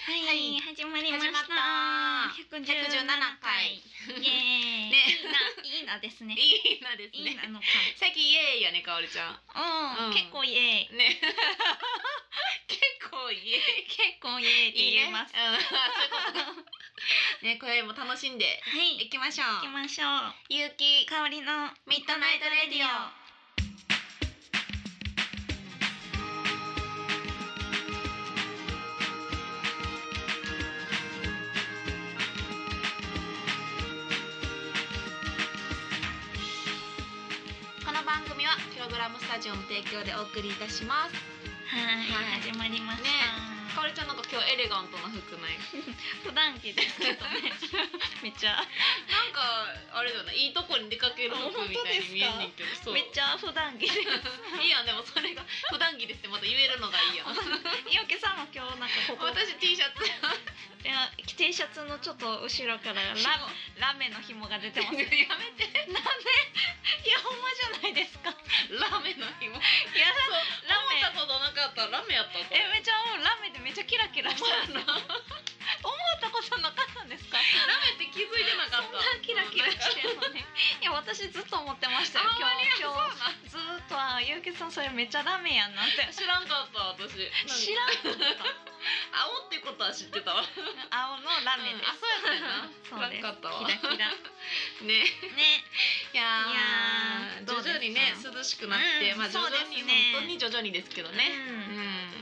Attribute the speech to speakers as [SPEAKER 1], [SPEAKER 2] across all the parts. [SPEAKER 1] はい、始まりました。
[SPEAKER 2] 始まった
[SPEAKER 1] 117
[SPEAKER 2] 117回
[SPEAKER 1] イエーイ。
[SPEAKER 2] ね
[SPEAKER 1] いいな、いいなですね。
[SPEAKER 2] いいなです
[SPEAKER 1] いい
[SPEAKER 2] ね
[SPEAKER 1] な。の回。
[SPEAKER 2] 最近イエーイやねかおるちゃん。
[SPEAKER 1] うん、
[SPEAKER 2] うん
[SPEAKER 1] 結構イエーイ。
[SPEAKER 2] ね。 結構イエーイ。
[SPEAKER 1] 結構イエーイって言えます。
[SPEAKER 2] ねうん、そういうこと。ねこれも楽しんで
[SPEAKER 1] はい、
[SPEAKER 2] いきましょ
[SPEAKER 1] 行き
[SPEAKER 2] う。
[SPEAKER 1] ましょう。
[SPEAKER 2] ゆうき
[SPEAKER 1] 香りの
[SPEAKER 2] ミッドナイトレディオ。この番組はキログラムスタジオの提供でお送りいたします。
[SPEAKER 1] はい、
[SPEAKER 2] はい
[SPEAKER 1] 始まりました。
[SPEAKER 2] かおりちゃんなんか今日エレガントな服ない。
[SPEAKER 1] 普段着ですけどね。 めっちゃ、
[SPEAKER 2] なんかあれだないいとこに出かける服みたいに見えんねんけどそう
[SPEAKER 1] めっちゃ普段 着で。
[SPEAKER 2] いいやんでもそれが普段着ですってまた言えるのがい いやん
[SPEAKER 1] いおけさんも今日なんかここ。
[SPEAKER 2] 私 T シャツ
[SPEAKER 1] いや T シャツのちょっと後ろからララメの紐が出て
[SPEAKER 2] で
[SPEAKER 1] ます
[SPEAKER 2] も
[SPEAKER 1] ね
[SPEAKER 2] やめて
[SPEAKER 1] いやほんまじゃないですか。い
[SPEAKER 2] ラメの紐思っ
[SPEAKER 1] や
[SPEAKER 2] た
[SPEAKER 1] ラメ。
[SPEAKER 2] ことなかったラメやったこ
[SPEAKER 1] え
[SPEAKER 2] れ
[SPEAKER 1] めちゃもうラメでめっちゃキラキラしてる。
[SPEAKER 2] ラメ
[SPEAKER 1] 思ったことなかったんですか。
[SPEAKER 2] って気づいてな
[SPEAKER 1] そ
[SPEAKER 2] かっ
[SPEAKER 1] ん
[SPEAKER 2] た
[SPEAKER 1] なキラキラしてるのね。いや私ずっと思ってましたよ。
[SPEAKER 2] あんまり
[SPEAKER 1] 今
[SPEAKER 2] そう
[SPEAKER 1] 日今日ずっとあゆうけさんそれめっちゃラメやんなって。
[SPEAKER 2] 知らんかった私
[SPEAKER 1] 知
[SPEAKER 2] ら
[SPEAKER 1] らんかった。
[SPEAKER 2] 青ってことは知ってたわ
[SPEAKER 1] 青のラメです。
[SPEAKER 2] うんあそうやった
[SPEAKER 1] そうです。
[SPEAKER 2] よな知らんかったわ
[SPEAKER 1] キラキラ。
[SPEAKER 2] ね
[SPEAKER 1] ね。
[SPEAKER 2] いや
[SPEAKER 1] いやー
[SPEAKER 2] ー
[SPEAKER 1] どう
[SPEAKER 2] 徐
[SPEAKER 1] ですか
[SPEAKER 2] 々にね涼しくなって、
[SPEAKER 1] うん
[SPEAKER 2] まあ徐々
[SPEAKER 1] そうで
[SPEAKER 2] に、
[SPEAKER 1] すね
[SPEAKER 2] 本当に徐々にですけどね、う
[SPEAKER 1] うん。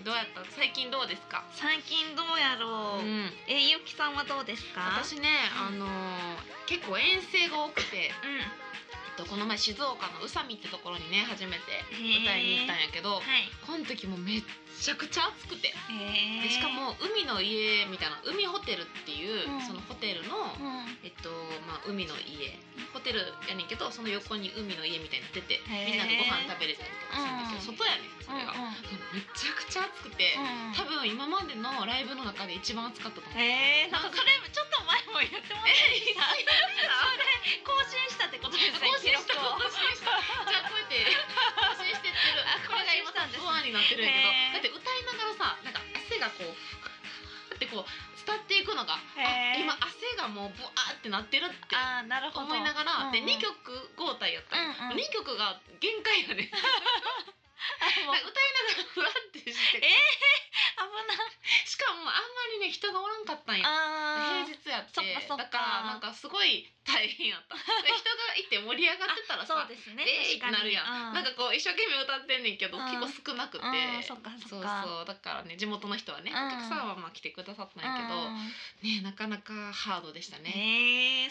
[SPEAKER 2] ん、どうやった最近どうですか、
[SPEAKER 1] 最近どうやろう。
[SPEAKER 2] ん、
[SPEAKER 1] えゆうきさんはどうですか。
[SPEAKER 2] 私ね、あのー結構遠征が多くて、
[SPEAKER 1] う
[SPEAKER 2] え
[SPEAKER 1] ん。は
[SPEAKER 2] っと、この前静岡の宇佐美ってところにね初めて
[SPEAKER 1] へー
[SPEAKER 2] 歌いに行ったんやけど、
[SPEAKER 1] い。
[SPEAKER 2] この時もめっちゃくちゃ暑くて。
[SPEAKER 1] へ
[SPEAKER 2] で
[SPEAKER 1] ー
[SPEAKER 2] しか。も海の家みたいな海ホテルっていう、
[SPEAKER 1] うん
[SPEAKER 2] そのホテルの、
[SPEAKER 1] うん。
[SPEAKER 2] えっとまあ、海の家ホテルやねんけどその横に海の家みたいに出て
[SPEAKER 1] へー
[SPEAKER 2] みんなでご飯食べれたりとかするんですけど、
[SPEAKER 1] うん
[SPEAKER 2] 外やねんそれが、
[SPEAKER 1] うんうん
[SPEAKER 2] めちゃくちゃ暑くて、
[SPEAKER 1] うん
[SPEAKER 2] 多分今までのライブの中で一番暑かったと 思う。
[SPEAKER 1] えー、なんかそれちょっと前も言ってませんでした。それ更新したってことですね。
[SPEAKER 2] 更新した
[SPEAKER 1] 記
[SPEAKER 2] 更
[SPEAKER 1] 録を
[SPEAKER 2] 新したじゃあこうやって更新してってる
[SPEAKER 1] あ
[SPEAKER 2] これが今
[SPEAKER 1] 更新したんですね
[SPEAKER 2] 不安になってるんや
[SPEAKER 1] へー
[SPEAKER 2] けどだって歌いながらさなんか汗がこうふわってこう伝っていくのがあ
[SPEAKER 1] へー
[SPEAKER 2] 今汗がもうブワーってなってるって
[SPEAKER 1] あー、なるほ
[SPEAKER 2] 思
[SPEAKER 1] ど。
[SPEAKER 2] いながら
[SPEAKER 1] う
[SPEAKER 2] で
[SPEAKER 1] んうん
[SPEAKER 2] 2曲合体やった
[SPEAKER 1] うんうん
[SPEAKER 2] 2曲が限界やね
[SPEAKER 1] もう
[SPEAKER 2] なんか歌いながらふわってして
[SPEAKER 1] え
[SPEAKER 2] し
[SPEAKER 1] 危
[SPEAKER 2] かもあんまりね人がおらんかったんや
[SPEAKER 1] ない。あ
[SPEAKER 2] 平日やっ
[SPEAKER 1] そ
[SPEAKER 2] て
[SPEAKER 1] っかそっか
[SPEAKER 2] だからなんかすごい大変やったで人がいて盛り上がってた
[SPEAKER 1] ー、
[SPEAKER 2] らさ
[SPEAKER 1] そうですね。
[SPEAKER 2] えーってなるやん、なん
[SPEAKER 1] か
[SPEAKER 2] かこう一生懸命歌ってんねんけ
[SPEAKER 1] う
[SPEAKER 2] ど、
[SPEAKER 1] ん
[SPEAKER 2] 結構少なくて、
[SPEAKER 1] うんそっかそっ
[SPEAKER 2] そう
[SPEAKER 1] か
[SPEAKER 2] そうだからね地元の人は
[SPEAKER 1] うん
[SPEAKER 2] ね、お客さんはまあ来てくださったんやけど、ねなかなかハードでしたね。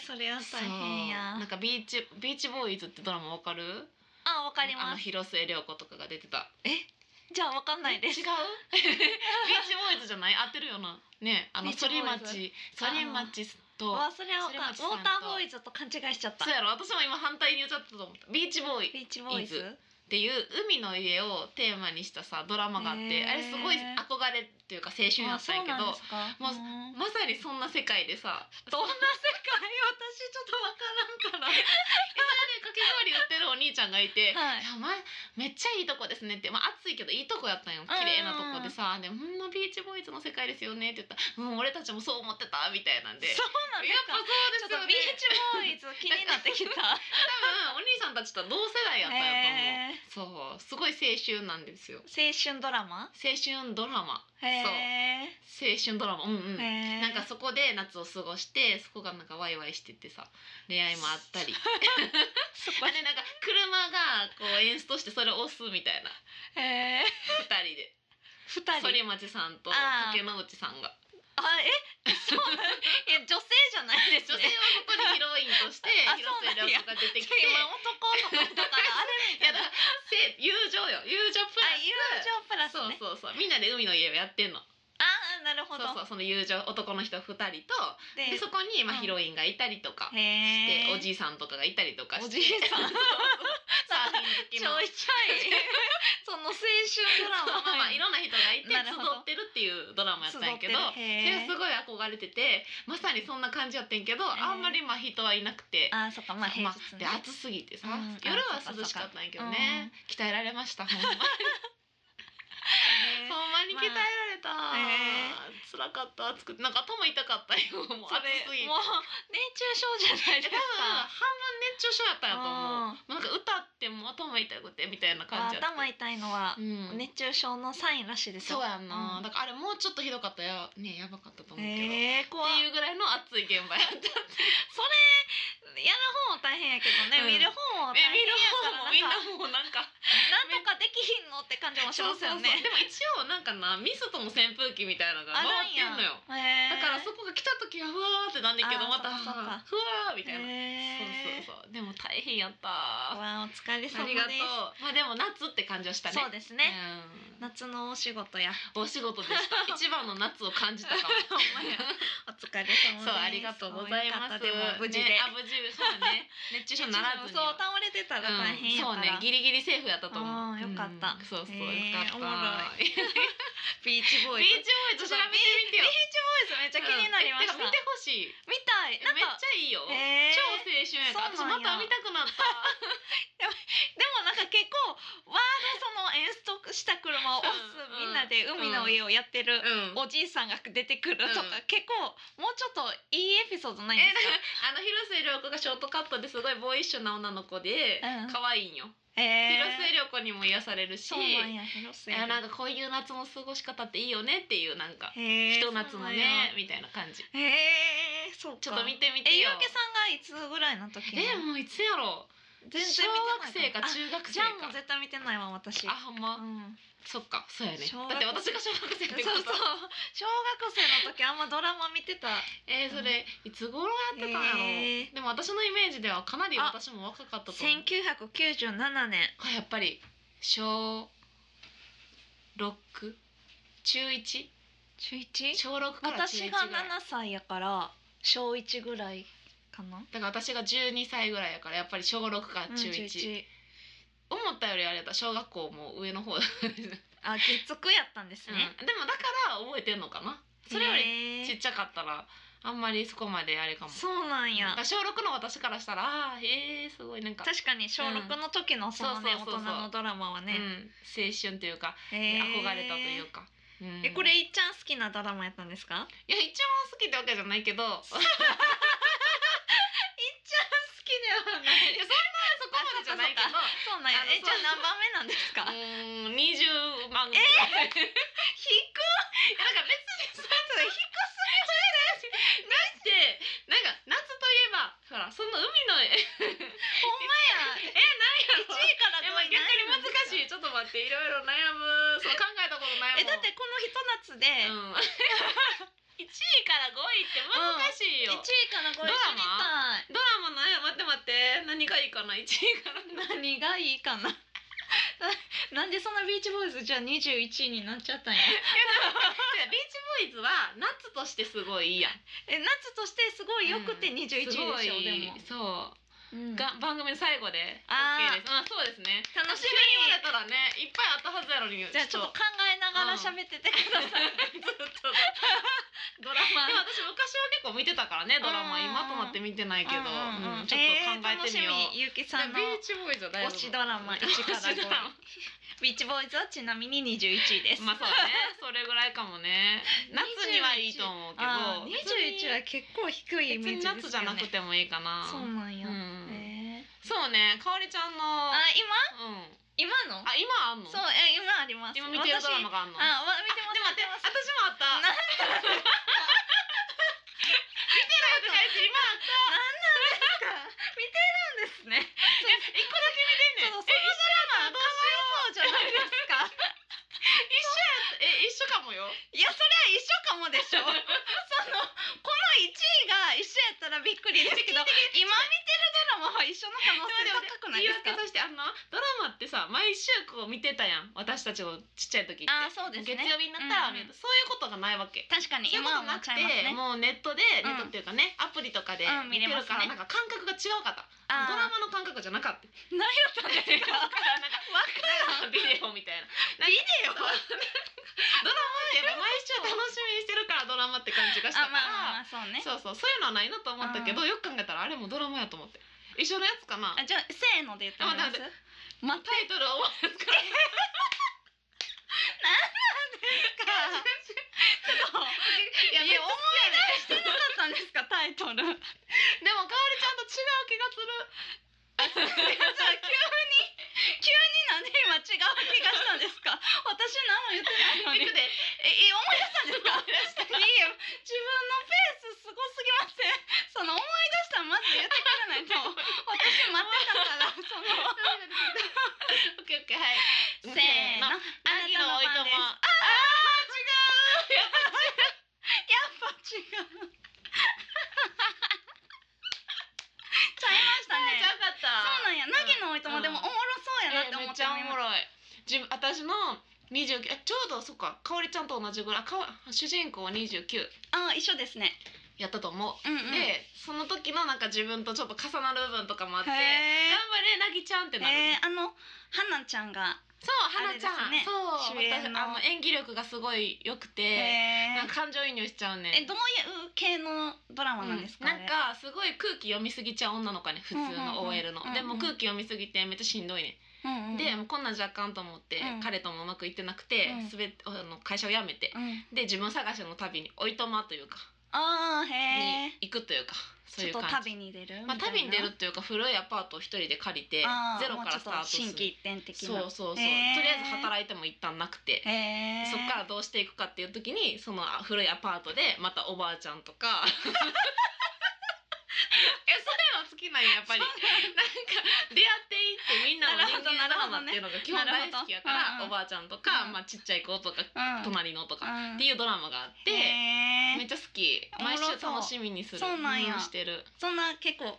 [SPEAKER 1] えー、それは
[SPEAKER 2] そ
[SPEAKER 1] 大
[SPEAKER 2] う
[SPEAKER 1] 変や
[SPEAKER 2] なん。かビーチビーチボーイズってドラマわかる？
[SPEAKER 1] あ、わかりま
[SPEAKER 2] あの
[SPEAKER 1] す。
[SPEAKER 2] 広末涼子とかが出てた。
[SPEAKER 1] じゃあわかんないです。
[SPEAKER 2] 違う？ビーチ ボーイズじゃない？合ってるよな。ねあの
[SPEAKER 1] ビーチボ
[SPEAKER 2] 反
[SPEAKER 1] ーイズ
[SPEAKER 2] 町反町と
[SPEAKER 1] わ、それはわかん。ウォ
[SPEAKER 2] それ
[SPEAKER 1] ー
[SPEAKER 2] は
[SPEAKER 1] ターボーイズと勘違いしちゃった
[SPEAKER 2] そう。やろ私も今反対に言っちゃったと思った。ビーチボーイ
[SPEAKER 1] ビーチボーイ
[SPEAKER 2] イ
[SPEAKER 1] ズ
[SPEAKER 2] ズ。っていう海の家をテーマにしたさドラマがあって、
[SPEAKER 1] へー
[SPEAKER 2] あれすごい憧れっていうか青春や
[SPEAKER 1] あ
[SPEAKER 2] っ
[SPEAKER 1] そ
[SPEAKER 2] たんや
[SPEAKER 1] う
[SPEAKER 2] け
[SPEAKER 1] なん
[SPEAKER 2] ど
[SPEAKER 1] ですか。
[SPEAKER 2] もう
[SPEAKER 1] うん
[SPEAKER 2] まさにそんな世界でさ
[SPEAKER 1] どんな世界私ちょっとわ
[SPEAKER 2] だからそれ でかき氷売ってるお兄ちゃんがいて「
[SPEAKER 1] はい
[SPEAKER 2] いやお前めっちゃいいとこですね」って、まあ、暑いけどいいとこやったんよ綺麗なとこでさ「でほんのビーチボーイズの世界ですよね」って言ったら「うん俺たちもそう思ってた」みたいなんで。
[SPEAKER 1] そうなんで
[SPEAKER 2] やっ
[SPEAKER 1] す
[SPEAKER 2] ぱ
[SPEAKER 1] か
[SPEAKER 2] そうで
[SPEAKER 1] ちょっ
[SPEAKER 2] す
[SPEAKER 1] と
[SPEAKER 2] よね
[SPEAKER 1] ビーチボーイズ気になってきた。
[SPEAKER 2] 多分お兄さんたちとは同世代やったんや
[SPEAKER 1] へー
[SPEAKER 2] と思うそうすごい青春なんですよ
[SPEAKER 1] 青春ドラマ。
[SPEAKER 2] 青春ドラマ
[SPEAKER 1] へ
[SPEAKER 2] 青春ドラマうんうん
[SPEAKER 1] ーへー
[SPEAKER 2] なんかそこで夏を過ごしてそこがなんかワイワイしててさ恋愛もあったり
[SPEAKER 1] そ
[SPEAKER 2] あ
[SPEAKER 1] こ
[SPEAKER 2] れなんか車がこう演出としてそれを押すみたいな
[SPEAKER 1] へー
[SPEAKER 2] 2人で
[SPEAKER 1] 二
[SPEAKER 2] 反
[SPEAKER 1] 人。
[SPEAKER 2] 町さんと
[SPEAKER 1] あー
[SPEAKER 2] 竹野内さんが
[SPEAKER 1] あえ そうなんいや女性じゃないです
[SPEAKER 2] 女性は
[SPEAKER 1] ね。
[SPEAKER 2] ここでヒロインと して
[SPEAKER 1] あ
[SPEAKER 2] 広末涼子が出てきてい
[SPEAKER 1] 今男の子だからあれみた
[SPEAKER 2] や
[SPEAKER 1] い
[SPEAKER 2] だ
[SPEAKER 1] な。
[SPEAKER 2] からせ友情よ友情プ
[SPEAKER 1] あ
[SPEAKER 2] ラ
[SPEAKER 1] 友
[SPEAKER 2] ス
[SPEAKER 1] 情プラス
[SPEAKER 2] そう
[SPEAKER 1] ね。
[SPEAKER 2] そうそうみんなで海の家をやってんの
[SPEAKER 1] ああなる
[SPEAKER 2] そ
[SPEAKER 1] ほ
[SPEAKER 2] う
[SPEAKER 1] ど。
[SPEAKER 2] そうその友情男の人2人と
[SPEAKER 1] で
[SPEAKER 2] でそこにまあ
[SPEAKER 1] うん
[SPEAKER 2] ヒロインがいたりとか
[SPEAKER 1] へえ
[SPEAKER 2] で。おじいさんとかがいたりとかして
[SPEAKER 1] おじいさ ん
[SPEAKER 2] サーフィン好き
[SPEAKER 1] ち
[SPEAKER 2] の
[SPEAKER 1] ょいちょ いその青春ドラマ。
[SPEAKER 2] まあいろんな人がいて
[SPEAKER 1] な
[SPEAKER 2] 集
[SPEAKER 1] るほど
[SPEAKER 2] ってるっていうドラマやったんやけど
[SPEAKER 1] 集っ
[SPEAKER 2] そ
[SPEAKER 1] てるへー
[SPEAKER 2] れすごい憧れててまさにそんな感じやってんけど
[SPEAKER 1] ー
[SPEAKER 2] あんまりまあ人はいなくて。
[SPEAKER 1] あーそっかまあ平
[SPEAKER 2] ま
[SPEAKER 1] 日
[SPEAKER 2] あ、
[SPEAKER 1] ね
[SPEAKER 2] で。暑すぎてさ、
[SPEAKER 1] うん
[SPEAKER 2] 夜は
[SPEAKER 1] あそっか
[SPEAKER 2] 涼しかったんやけど
[SPEAKER 1] そっか
[SPEAKER 2] ね鍛えられましたほんまほんまに鍛えられて た、辛かった暑くてなんか頭痛かったよもう
[SPEAKER 1] そ
[SPEAKER 2] 暑
[SPEAKER 1] れ
[SPEAKER 2] すぎて
[SPEAKER 1] もう熱中症じゃない
[SPEAKER 2] え
[SPEAKER 1] で
[SPEAKER 2] 多
[SPEAKER 1] す
[SPEAKER 2] 分
[SPEAKER 1] か
[SPEAKER 2] 半分熱中症やったんやと
[SPEAKER 1] あ
[SPEAKER 2] 思うもうなんか歌っても頭痛くてみたいな感
[SPEAKER 1] あ
[SPEAKER 2] じやった
[SPEAKER 1] 頭痛いのは
[SPEAKER 2] うん
[SPEAKER 1] 熱中症のサインらしいです
[SPEAKER 2] そ
[SPEAKER 1] よ
[SPEAKER 2] うやんな、
[SPEAKER 1] うん
[SPEAKER 2] だからあれもうちょっとひどかったやねやばかったと思うけど、っ
[SPEAKER 1] えー、怖
[SPEAKER 2] て
[SPEAKER 1] い
[SPEAKER 2] いうぐらいの暑い現場やった
[SPEAKER 1] やる方も大変やけどね、
[SPEAKER 2] う
[SPEAKER 1] 見
[SPEAKER 2] ん
[SPEAKER 1] る方も大
[SPEAKER 2] え見
[SPEAKER 1] 変
[SPEAKER 2] る
[SPEAKER 1] やから
[SPEAKER 2] 方もみん
[SPEAKER 1] なん
[SPEAKER 2] な
[SPEAKER 1] か
[SPEAKER 2] もう なんか
[SPEAKER 1] なんとかできひんのって感じもしますよ
[SPEAKER 2] そうそうそう
[SPEAKER 1] ね
[SPEAKER 2] でも一応なんかなミストの扇風機みたいなのが
[SPEAKER 1] あら
[SPEAKER 2] 回ってん
[SPEAKER 1] や
[SPEAKER 2] のよ
[SPEAKER 1] へ
[SPEAKER 2] だ
[SPEAKER 1] ー
[SPEAKER 2] からそこが来た時はうわーってなんだけど
[SPEAKER 1] あー
[SPEAKER 2] また
[SPEAKER 1] そっか
[SPEAKER 2] ふわーみたいな、
[SPEAKER 1] へー
[SPEAKER 2] そうそうそうでも大変やったあ
[SPEAKER 1] わあお疲れ
[SPEAKER 2] り
[SPEAKER 1] 様
[SPEAKER 2] が
[SPEAKER 1] で
[SPEAKER 2] とうまあでも夏って感じはした
[SPEAKER 1] す
[SPEAKER 2] ね
[SPEAKER 1] そうですね、
[SPEAKER 2] うん
[SPEAKER 1] 夏のお仕事 や
[SPEAKER 2] お仕事でした一番の夏を感じたかも
[SPEAKER 1] ほんまやお疲れ様です
[SPEAKER 2] そうありがとうござい
[SPEAKER 1] お
[SPEAKER 2] ます
[SPEAKER 1] よかったでも無事で、
[SPEAKER 2] ね、あ無事そうだね 熱中症にならずに
[SPEAKER 1] そう
[SPEAKER 2] は
[SPEAKER 1] 倒れてたら大変や
[SPEAKER 2] うん、そう
[SPEAKER 1] から、
[SPEAKER 2] ねギリギリセーフやったと思
[SPEAKER 1] あ
[SPEAKER 2] う
[SPEAKER 1] ーよかった
[SPEAKER 2] うんそうそうよ
[SPEAKER 1] へー
[SPEAKER 2] かった
[SPEAKER 1] おもろ
[SPEAKER 2] ビーチ
[SPEAKER 1] ビーチボ
[SPEAKER 2] ボ
[SPEAKER 1] ー
[SPEAKER 2] ー
[SPEAKER 1] イ
[SPEAKER 2] イ
[SPEAKER 1] ズ
[SPEAKER 2] ズ調べてみてよ
[SPEAKER 1] ビーチボーイズめっちゃ気になりました、
[SPEAKER 2] うんえてか見てほしい
[SPEAKER 1] 見たい
[SPEAKER 2] え
[SPEAKER 1] なん
[SPEAKER 2] めっ
[SPEAKER 1] か
[SPEAKER 2] ちゃいいよ、
[SPEAKER 1] へー
[SPEAKER 2] 超青春やから私
[SPEAKER 1] そうなん
[SPEAKER 2] ま
[SPEAKER 1] や
[SPEAKER 2] た見たくなった
[SPEAKER 1] でもなんか結構ワードその演出した車を押す
[SPEAKER 2] うん
[SPEAKER 1] みんなで海の家をやってる
[SPEAKER 2] うん
[SPEAKER 1] おじいさんが出てくると
[SPEAKER 2] う
[SPEAKER 1] か結構もうちょっといいエピソードないん
[SPEAKER 2] え
[SPEAKER 1] で
[SPEAKER 2] だか
[SPEAKER 1] すから
[SPEAKER 2] あの広末涼子がショートカットですごいボーイッシュな女の子で
[SPEAKER 1] うん
[SPEAKER 2] 可愛いんよ、
[SPEAKER 1] え
[SPEAKER 2] 広末涼子にも癒されるし
[SPEAKER 1] そうなんや広
[SPEAKER 2] い
[SPEAKER 1] 末
[SPEAKER 2] やなんかこういう夏の過ごし方っていいよねっていうなんか、
[SPEAKER 1] へー
[SPEAKER 2] ひと夏のねみたいな感じ
[SPEAKER 1] そうなんやへえそうか
[SPEAKER 2] ちょっと見てみて
[SPEAKER 1] えゆ
[SPEAKER 2] よ
[SPEAKER 1] うけさんがいつぐらいの時
[SPEAKER 2] えもういつやろう
[SPEAKER 1] 全然見て
[SPEAKER 2] 小学生
[SPEAKER 1] ない
[SPEAKER 2] か中学
[SPEAKER 1] あ
[SPEAKER 2] 生
[SPEAKER 1] じゃあも
[SPEAKER 2] か
[SPEAKER 1] う絶対見てないわ私
[SPEAKER 2] あほんま、
[SPEAKER 1] うん、
[SPEAKER 2] そっかそうやね
[SPEAKER 1] 小学
[SPEAKER 2] だって私が小学生っ
[SPEAKER 1] そう
[SPEAKER 2] て
[SPEAKER 1] そう
[SPEAKER 2] こと
[SPEAKER 1] 小学生の時あんまドラマ見てた
[SPEAKER 2] えー、それいつ頃やってたんやろ、
[SPEAKER 1] えー
[SPEAKER 2] でも私のイメージではかなり私も若かったと思う
[SPEAKER 1] 1997年
[SPEAKER 2] これやっぱり小六中一
[SPEAKER 1] 中 1?
[SPEAKER 2] 小六から中
[SPEAKER 1] 私
[SPEAKER 2] 一
[SPEAKER 1] が
[SPEAKER 2] ぐらい
[SPEAKER 1] 7歳やから小1ぐらいかな
[SPEAKER 2] だから私が12歳ぐらいやからやっぱり小6か
[SPEAKER 1] うん
[SPEAKER 2] 中1、思ったよりあれやった小学校も上の方、うん、
[SPEAKER 1] あ月9やったんです
[SPEAKER 2] でも
[SPEAKER 1] ね、
[SPEAKER 2] だから覚えてんのかなそれより
[SPEAKER 1] り
[SPEAKER 2] ちっちゃかったらあんまりそこまであれかも
[SPEAKER 1] そうなんや
[SPEAKER 2] だから小6の私からしたらあーへえすごいなんか
[SPEAKER 1] 確かに小6の時のそのね、
[SPEAKER 2] そうそうそうそ
[SPEAKER 1] 大人
[SPEAKER 2] う
[SPEAKER 1] のドラマは
[SPEAKER 2] うん、
[SPEAKER 1] ね、
[SPEAKER 2] 青春というか、
[SPEAKER 1] へー
[SPEAKER 2] 憧れたというか、うん
[SPEAKER 1] えこれいっちゃん好きなドラマやったんですか
[SPEAKER 2] いや一番好きってわけじゃないけどい や
[SPEAKER 1] 好
[SPEAKER 2] そんなそこ
[SPEAKER 1] きではない
[SPEAKER 2] までじゃないけど
[SPEAKER 1] そうなんや
[SPEAKER 2] あの
[SPEAKER 1] えじゃあ何番目なんですか
[SPEAKER 2] うーん20万ぐらい、い
[SPEAKER 1] 低
[SPEAKER 2] やだから別にさ
[SPEAKER 1] っ
[SPEAKER 2] だってなんか夏といえばほらその海 の絵
[SPEAKER 1] ほんまや
[SPEAKER 2] 何や
[SPEAKER 1] 1
[SPEAKER 2] ろ
[SPEAKER 1] 位から
[SPEAKER 2] え
[SPEAKER 1] 5
[SPEAKER 2] まあ
[SPEAKER 1] 位
[SPEAKER 2] 逆に難
[SPEAKER 1] い
[SPEAKER 2] しいちょっと待っていろいろ悩むそう考えたことない
[SPEAKER 1] え
[SPEAKER 2] もん
[SPEAKER 1] だってこのひと夏で
[SPEAKER 2] うん、1位から5位って難しい
[SPEAKER 1] 1
[SPEAKER 2] よ、
[SPEAKER 1] 位から5位知りたい
[SPEAKER 2] ドラマのえ待って待って何が いいかな1位から
[SPEAKER 1] 何がいいかな なんでそんなビーチボーイズじゃあ21位になっちゃ ったんや
[SPEAKER 2] ビーチボーイズは夏としてすごいいいやん
[SPEAKER 1] え夏としてすごい良くて21位でしょ、でも、
[SPEAKER 2] すごいそう
[SPEAKER 1] うん
[SPEAKER 2] が番組の最後で
[SPEAKER 1] あー
[SPEAKER 2] OK ですうんそうですね
[SPEAKER 1] 楽しみ
[SPEAKER 2] 私が言われたらねいっぱいあったはずやのに
[SPEAKER 1] じゃあちょっと考えながら喋っててください、
[SPEAKER 2] ずっとドラマでも私昔は結構見てたからねドラ
[SPEAKER 1] う
[SPEAKER 2] マ
[SPEAKER 1] ん
[SPEAKER 2] 今となって見てないけど、
[SPEAKER 1] うんうんうん
[SPEAKER 2] うんちょっと考えてみよ
[SPEAKER 1] えー楽し
[SPEAKER 2] う、
[SPEAKER 1] みゆうきさんの
[SPEAKER 2] ビーチボーイズは大丈夫
[SPEAKER 1] 推しドラマ1から5
[SPEAKER 2] 推しドラマ
[SPEAKER 1] ビーチボーイズはちなみに21位です、
[SPEAKER 2] まあそうだねそれぐらいかも ね夏にはいいと思うけ
[SPEAKER 1] あ
[SPEAKER 2] ど
[SPEAKER 1] ー21は結構低いイ
[SPEAKER 2] 別
[SPEAKER 1] メージで
[SPEAKER 2] に
[SPEAKER 1] すよね
[SPEAKER 2] 夏じゃなくてもいいかな
[SPEAKER 1] そうなんや、
[SPEAKER 2] うん
[SPEAKER 1] え
[SPEAKER 2] そうねかおりちゃんの
[SPEAKER 1] あ
[SPEAKER 2] うん
[SPEAKER 1] 今今の
[SPEAKER 2] あ今あんの
[SPEAKER 1] そうえ今あります
[SPEAKER 2] 今見てるドラマがあんの
[SPEAKER 1] あわ見て
[SPEAKER 2] あ
[SPEAKER 1] ます
[SPEAKER 2] でも待って
[SPEAKER 1] 見てます
[SPEAKER 2] 私もあった
[SPEAKER 1] な
[SPEAKER 2] 見てる私今
[SPEAKER 1] 見てるんですね。
[SPEAKER 2] 一個だけ見てんねん
[SPEAKER 1] そう
[SPEAKER 2] え
[SPEAKER 1] まあ、かわいそうじゃないですか。
[SPEAKER 2] 一緒やえ一緒かもよ
[SPEAKER 1] いや、それは一緒かもでしょ。その、 この一位が一緒やったらびっくりですけど、今見てるドラマは一緒の可能性高くない
[SPEAKER 2] 言い
[SPEAKER 1] です
[SPEAKER 2] 訳
[SPEAKER 1] か。
[SPEAKER 2] としてあのドラマってさ毎週こう見てたやん私たちのちっちゃい時って
[SPEAKER 1] あー、そうです
[SPEAKER 2] 月
[SPEAKER 1] ね。
[SPEAKER 2] 曜日になったら見る
[SPEAKER 1] うんう
[SPEAKER 2] そういうことがないわけ
[SPEAKER 1] 確かに、
[SPEAKER 2] そういう
[SPEAKER 1] 今
[SPEAKER 2] こと
[SPEAKER 1] はも
[SPEAKER 2] な
[SPEAKER 1] う
[SPEAKER 2] く
[SPEAKER 1] ち
[SPEAKER 2] て
[SPEAKER 1] ゃいますね。
[SPEAKER 2] もうネットで
[SPEAKER 1] うん
[SPEAKER 2] ネットっていうかねアプリとかで
[SPEAKER 1] うん
[SPEAKER 2] 見てるから
[SPEAKER 1] 見れますね
[SPEAKER 2] なんか感覚が違うかった
[SPEAKER 1] あー
[SPEAKER 2] ドラマの感覚じゃなかった
[SPEAKER 1] 何やったんですか。
[SPEAKER 2] だからなんか
[SPEAKER 1] わ
[SPEAKER 2] なんかビデオみたいなビデオドラマってやっぱ毎週楽しみにしてるからドラマって感じがした
[SPEAKER 1] あ、
[SPEAKER 2] か
[SPEAKER 1] まあまあま
[SPEAKER 2] ら
[SPEAKER 1] あ、そうね。
[SPEAKER 2] そうそうそういうのはないなと思ったけどよく考えたらあれもドラマやと思って一緒のやつかな
[SPEAKER 1] あ、じゃあ、せーので言ってみます。
[SPEAKER 2] タイトルは思いつかない
[SPEAKER 1] か
[SPEAKER 2] 全 然や
[SPEAKER 1] いや
[SPEAKER 2] めっちゃ
[SPEAKER 1] 思い出してなかったんですかタイ トルいや
[SPEAKER 2] でもかおりちゃんと違う気がする
[SPEAKER 1] じゃあ急に急になんで今違う気がしたんですか私何も言ってないのに
[SPEAKER 2] いくで
[SPEAKER 1] えい思い出したんです かいいよ自分のペースすごすぎませんその思い出したらまず言ってくれないと私待ってた からその
[SPEAKER 2] オッケーオッケーはい
[SPEAKER 1] せーの
[SPEAKER 2] あ
[SPEAKER 1] あなたの
[SPEAKER 2] おいと
[SPEAKER 1] 番ですや
[SPEAKER 2] も
[SPEAKER 1] っぱ違うちゃいましたね
[SPEAKER 2] ちゃうかっ
[SPEAKER 1] そ
[SPEAKER 2] た
[SPEAKER 1] うなんや、なぎのおいとも、
[SPEAKER 2] うん
[SPEAKER 1] でもおもろそうやなって
[SPEAKER 2] えー
[SPEAKER 1] 思
[SPEAKER 2] めっ
[SPEAKER 1] っ
[SPEAKER 2] ち
[SPEAKER 1] て
[SPEAKER 2] ゃ
[SPEAKER 1] 思
[SPEAKER 2] お
[SPEAKER 1] い
[SPEAKER 2] も
[SPEAKER 1] ま
[SPEAKER 2] ろい自分私の29えちょうどそっかかおりちゃんと同じぐらいあかわ主人公は29
[SPEAKER 1] あ、一緒ですね。
[SPEAKER 2] やったと思う、
[SPEAKER 1] うん、うん。
[SPEAKER 2] でその時のなんか自分とちょっと重なる部分とかもあって頑張
[SPEAKER 1] へ
[SPEAKER 2] れなぎちゃんって
[SPEAKER 1] え。
[SPEAKER 2] なる、
[SPEAKER 1] へえ、あの、はなちゃんが。
[SPEAKER 2] そう
[SPEAKER 1] あ
[SPEAKER 2] は
[SPEAKER 1] れ
[SPEAKER 2] な
[SPEAKER 1] です
[SPEAKER 2] ちゃん、
[SPEAKER 1] ね
[SPEAKER 2] そう
[SPEAKER 1] 主演の
[SPEAKER 2] 私あの演技力がすごい良く
[SPEAKER 1] へ
[SPEAKER 2] て
[SPEAKER 1] え
[SPEAKER 2] なん。か感情移入しちゃうね
[SPEAKER 1] え、どういう系のドラマなんですか。
[SPEAKER 2] うん、なんかすごい空気読みすぎちゃう女の子ね普通の
[SPEAKER 1] うんうんうん
[SPEAKER 2] OL の、
[SPEAKER 1] うんうん
[SPEAKER 2] でも空気読みすぎてめっちゃしんどいね、
[SPEAKER 1] あれ、うんうんうん
[SPEAKER 2] でもうこんなんじゃあかんと思って、
[SPEAKER 1] うん
[SPEAKER 2] 彼ともうまくいってなくて、
[SPEAKER 1] うん
[SPEAKER 2] すべあの会社を辞めて
[SPEAKER 1] うん。
[SPEAKER 2] で自分探しの旅においとまというか、
[SPEAKER 1] ああ、へえ
[SPEAKER 2] に。行くというかそう
[SPEAKER 1] ち
[SPEAKER 2] い
[SPEAKER 1] ょ
[SPEAKER 2] う
[SPEAKER 1] っと
[SPEAKER 2] 感じ
[SPEAKER 1] 旅に出る。
[SPEAKER 2] まあ、
[SPEAKER 1] みたいな
[SPEAKER 2] 旅に出る。というか古いアパートを一人で借りて
[SPEAKER 1] あー
[SPEAKER 2] ゼロからスター
[SPEAKER 1] もう
[SPEAKER 2] ト
[SPEAKER 1] ち
[SPEAKER 2] す
[SPEAKER 1] ょっ
[SPEAKER 2] る
[SPEAKER 1] と心機一転的
[SPEAKER 2] そう
[SPEAKER 1] な。
[SPEAKER 2] そうそう、
[SPEAKER 1] へー
[SPEAKER 2] とりあえず働いても一旦なくて、
[SPEAKER 1] へえ。
[SPEAKER 2] そっからどうしていくかっていう時にそのあ古いアパートでまたおばあちゃんと かえそういうの好きなんややっぱりなんか出会っていってみんなの人間
[SPEAKER 1] なるほ
[SPEAKER 2] ド
[SPEAKER 1] ど
[SPEAKER 2] ラマっていうのが基本
[SPEAKER 1] な
[SPEAKER 2] 大
[SPEAKER 1] るほど
[SPEAKER 2] 好きやから、
[SPEAKER 1] うんうん
[SPEAKER 2] おばあちゃんとか、
[SPEAKER 1] うん
[SPEAKER 2] まあ、ちっちゃい子とか、
[SPEAKER 1] うん。
[SPEAKER 2] 隣のとか、
[SPEAKER 1] うん
[SPEAKER 2] っていうドラマがあって、
[SPEAKER 1] へ
[SPEAKER 2] めっ
[SPEAKER 1] え。
[SPEAKER 2] ちゃ好き
[SPEAKER 1] おもろ
[SPEAKER 2] 毎週
[SPEAKER 1] そう
[SPEAKER 2] 楽しみにする
[SPEAKER 1] そうなんや
[SPEAKER 2] うしてる
[SPEAKER 1] そんな結構。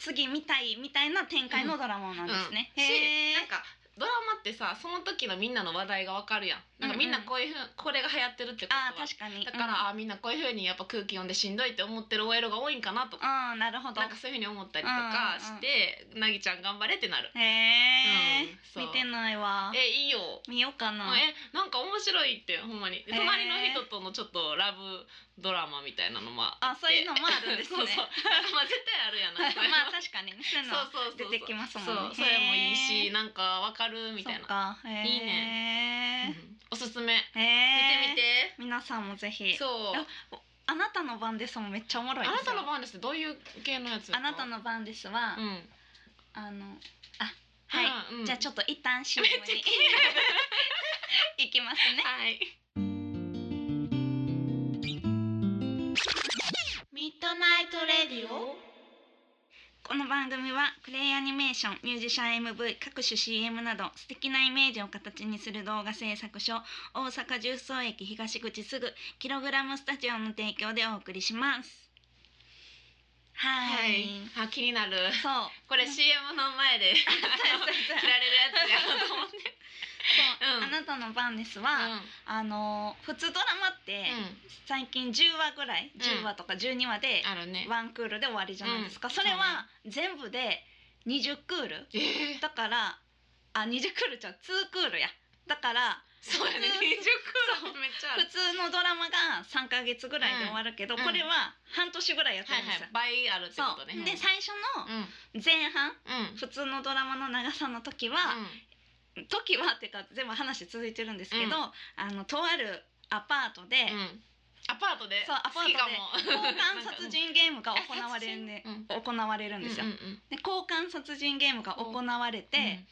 [SPEAKER 1] 次見たいみたいな展開のドラマなんですね。
[SPEAKER 2] うん
[SPEAKER 1] へえ
[SPEAKER 2] しなん。かドラマってさその時のみんなの話題がわかるやんなんかみんなこういうふう、これが流行ってるってこと
[SPEAKER 1] ああ、
[SPEAKER 2] は
[SPEAKER 1] 確かに。
[SPEAKER 2] だから、あーみんなこういうふうにやっぱ空気読んでしんどいって思ってる OL が多いんかなとか
[SPEAKER 1] ああなるほど
[SPEAKER 2] なんかそういうふうに思ったりとかして、なぎちゃん頑張れってなる。
[SPEAKER 1] へえ、
[SPEAKER 2] うんそ
[SPEAKER 1] 見
[SPEAKER 2] う
[SPEAKER 1] てないわ
[SPEAKER 2] えいいよ、
[SPEAKER 1] 見ようか な
[SPEAKER 2] えなんか面白いってほんまに
[SPEAKER 1] ー
[SPEAKER 2] 隣の人とのちょっとラブドラマみたいなのもあ
[SPEAKER 1] あ
[SPEAKER 2] って
[SPEAKER 1] そういうのもあるんですね
[SPEAKER 2] そうそうなんかまあ絶対あるやんな
[SPEAKER 1] ま
[SPEAKER 2] そういうの
[SPEAKER 1] あ確かにねそういうの
[SPEAKER 2] そうそうそうそう
[SPEAKER 1] 出てきますもんね
[SPEAKER 2] そうそれもいい
[SPEAKER 1] へ
[SPEAKER 2] し
[SPEAKER 1] ー
[SPEAKER 2] なんかわかるみたい
[SPEAKER 1] そっ
[SPEAKER 2] な、
[SPEAKER 1] かへえ
[SPEAKER 2] いいう
[SPEAKER 1] ね
[SPEAKER 2] んおすすめ見
[SPEAKER 1] へえ
[SPEAKER 2] てみて、
[SPEAKER 1] 皆さんもぜひ
[SPEAKER 2] そう
[SPEAKER 1] ああなたの番ですもめっちゃおもろ
[SPEAKER 2] あ
[SPEAKER 1] いで
[SPEAKER 2] な
[SPEAKER 1] すよ
[SPEAKER 2] たの番ですってどういう系のやつ
[SPEAKER 1] あなた
[SPEAKER 2] の
[SPEAKER 1] の番ですは、
[SPEAKER 2] うん
[SPEAKER 1] あのあはい、
[SPEAKER 2] い、うん
[SPEAKER 1] じゃあちょっと一旦 CM に
[SPEAKER 2] めっちゃ気
[SPEAKER 1] 行きますね
[SPEAKER 2] はい
[SPEAKER 1] ミッドナイトレディオこの番組はクレイアニメーションミュージシャン MV 各種 CM など素敵なイメージを形にする動画制作所大阪十三駅東口すぐキログラムスタジオの提供でお送りしますは
[SPEAKER 2] はいい、あ気になる
[SPEAKER 1] そう
[SPEAKER 2] これ CM の前で 切
[SPEAKER 1] そうそうそう
[SPEAKER 2] られるやつやと思って
[SPEAKER 1] そう
[SPEAKER 2] うん
[SPEAKER 1] あなたの番です
[SPEAKER 2] う
[SPEAKER 1] は、
[SPEAKER 2] ん
[SPEAKER 1] あのー普通ドラマって最近10話ぐらい
[SPEAKER 2] ん
[SPEAKER 1] 10話とか12話で
[SPEAKER 2] あるね
[SPEAKER 1] ワンクールで終わりじゃないですか、
[SPEAKER 2] うん
[SPEAKER 1] それは全部で20クール
[SPEAKER 2] えー
[SPEAKER 1] だからあ20クールじゃ2クールやだから
[SPEAKER 2] そうやね
[SPEAKER 1] 普通
[SPEAKER 2] 二十クールめっちゃあ
[SPEAKER 1] 普
[SPEAKER 2] る
[SPEAKER 1] 通のドラマが3ヶ月ぐらいで終わるけど、
[SPEAKER 2] うん
[SPEAKER 1] これは半年ぐらいやって
[SPEAKER 2] はい
[SPEAKER 1] るんで
[SPEAKER 2] は
[SPEAKER 1] すよ
[SPEAKER 2] い、倍あるってこ
[SPEAKER 1] そ
[SPEAKER 2] と
[SPEAKER 1] う
[SPEAKER 2] ね
[SPEAKER 1] で最初
[SPEAKER 2] うんうん
[SPEAKER 1] の前半
[SPEAKER 2] うん
[SPEAKER 1] 普通のドラマの長さの時は、時はっていうか全部話続いてるんですけど、
[SPEAKER 2] うん
[SPEAKER 1] あのとあるアパートで、
[SPEAKER 2] うんアパートで
[SPEAKER 1] そうアパートで
[SPEAKER 2] 好きかも
[SPEAKER 1] 交換殺人ゲームが行われるんで
[SPEAKER 2] あ殺人 うん
[SPEAKER 1] 行われるんですよ、
[SPEAKER 2] うんうん
[SPEAKER 1] で交換殺人ゲームが行われて、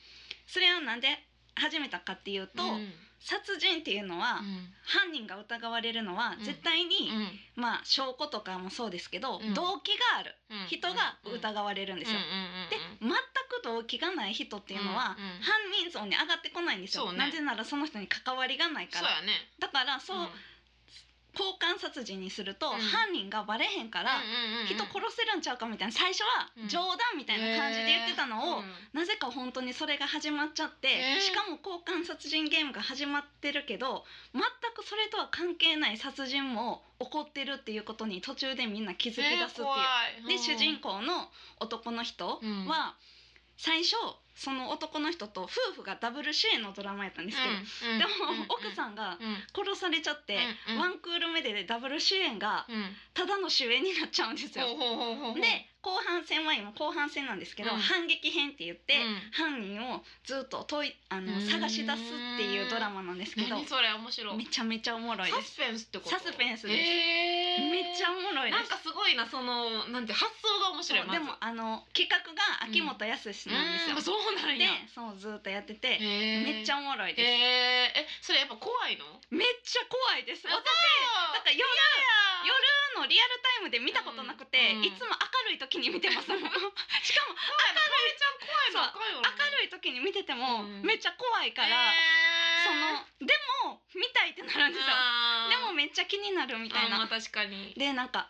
[SPEAKER 1] それをなんで始めたかっていうと、
[SPEAKER 2] うんうん
[SPEAKER 1] 殺人っていうのは、犯人が疑われるのは
[SPEAKER 2] うん
[SPEAKER 1] 絶対に、
[SPEAKER 2] うん
[SPEAKER 1] まあ証拠とかもそうですけど、
[SPEAKER 2] うん
[SPEAKER 1] 動機がある
[SPEAKER 2] うん
[SPEAKER 1] 人が疑われるんですよ。
[SPEAKER 2] うんうんうん
[SPEAKER 1] で全く動機がない人っていうのは、
[SPEAKER 2] うんうん
[SPEAKER 1] 犯人像に上がってこないんですよ、
[SPEAKER 2] そうね
[SPEAKER 1] なぜならその人に関わりがないか
[SPEAKER 2] そう
[SPEAKER 1] ら
[SPEAKER 2] やね
[SPEAKER 1] だからそう、
[SPEAKER 2] ん
[SPEAKER 1] 交換殺人にすると、
[SPEAKER 2] うん
[SPEAKER 1] 犯人がバレへんから、
[SPEAKER 2] うんうんうん
[SPEAKER 1] 人殺せるんちゃうかみたいな最初は
[SPEAKER 2] うん
[SPEAKER 1] 冗談みたいな感じで言ってたのを、
[SPEAKER 2] うん
[SPEAKER 1] なぜか本当にそれが始まっちゃって、
[SPEAKER 2] へー
[SPEAKER 1] しかも交換殺人ゲームが始まってるけど全くそれとは関係ない殺人も起こってるっていうことに途中でみんな気づき出すっていう。
[SPEAKER 2] えー怖い
[SPEAKER 1] で
[SPEAKER 2] うん
[SPEAKER 1] 主人公の男の人は、
[SPEAKER 2] うん
[SPEAKER 1] 最初その男の人と夫婦がダブル主演のドラマやったんですけど、
[SPEAKER 2] うんうん
[SPEAKER 1] でも、
[SPEAKER 2] うん
[SPEAKER 1] 奥さんが
[SPEAKER 2] うん
[SPEAKER 1] 殺されちゃって、
[SPEAKER 2] うんうん
[SPEAKER 1] ワンクール目でダブル主演が
[SPEAKER 2] うん
[SPEAKER 1] ただの主演になっちゃうんですよ。
[SPEAKER 2] ほうほうほうほうほう
[SPEAKER 1] で交後半戦は今後半戦なんですけど、
[SPEAKER 2] うん
[SPEAKER 1] 反撃編って言って、
[SPEAKER 2] うん
[SPEAKER 1] 犯人をずっと問いあ
[SPEAKER 2] う
[SPEAKER 1] の
[SPEAKER 2] ーん
[SPEAKER 1] 探し出すっていうドラマなんですけど
[SPEAKER 2] 何それ面白
[SPEAKER 1] め
[SPEAKER 2] い
[SPEAKER 1] ちゃめちゃおもろいで
[SPEAKER 2] サ
[SPEAKER 1] す
[SPEAKER 2] スペンスってこと
[SPEAKER 1] サスペンスです
[SPEAKER 2] えー
[SPEAKER 1] めっちゃおもろいで
[SPEAKER 2] なん
[SPEAKER 1] す
[SPEAKER 2] かすごいなそのなんて発想が面白い
[SPEAKER 1] そうでもあの企画が秋元康なんですよ、
[SPEAKER 2] うんそうな
[SPEAKER 1] で
[SPEAKER 2] んや
[SPEAKER 1] そうずっとやってて、めっ
[SPEAKER 2] め
[SPEAKER 1] ちゃお
[SPEAKER 2] へ
[SPEAKER 1] もろい
[SPEAKER 2] え
[SPEAKER 1] です、
[SPEAKER 2] えそれやっぱ怖いの
[SPEAKER 1] めっちゃ怖いです私なんか夜夜のリアルタイムで見たことなくて、
[SPEAKER 2] うんうん
[SPEAKER 1] いつも明るい時に見てますもんし かも
[SPEAKER 2] 明るいちゃん怖いの
[SPEAKER 1] 明るい時に見てても
[SPEAKER 2] うん
[SPEAKER 1] めっちゃ怖いから、そのでも見たいってなるんですよでもめっちゃ気になるみ
[SPEAKER 2] み
[SPEAKER 1] たいな
[SPEAKER 2] まあ確かに
[SPEAKER 1] でなんか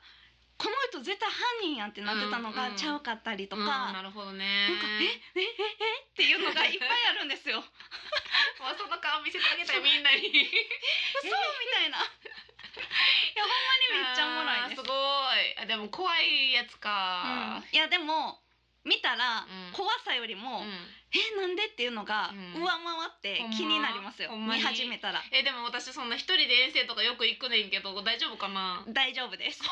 [SPEAKER 1] この人絶対犯人やんってなってたの
[SPEAKER 2] うんう
[SPEAKER 1] が
[SPEAKER 2] ん
[SPEAKER 1] ちゃうかったりとか、
[SPEAKER 2] うん
[SPEAKER 1] なんか
[SPEAKER 2] なるほどね
[SPEAKER 1] ええええっていうのがいっぱいあるんですよ
[SPEAKER 2] まあその顔見せてあげたいみんなにめっ
[SPEAKER 1] そうみたいな いやほんまに めっちゃおもろいです
[SPEAKER 2] すごいあでも怖いやつか、
[SPEAKER 1] うんいやでも見たら
[SPEAKER 2] うん
[SPEAKER 1] 怖さよりも、
[SPEAKER 2] うん
[SPEAKER 1] えなんでっていうのが
[SPEAKER 2] うん
[SPEAKER 1] 上回って気になりますよ、
[SPEAKER 2] ほんま
[SPEAKER 1] 見
[SPEAKER 2] に
[SPEAKER 1] 始めたら
[SPEAKER 2] えでも私そんな一人で遠征とかよく行くねんけど大丈夫かな
[SPEAKER 1] 大丈夫です い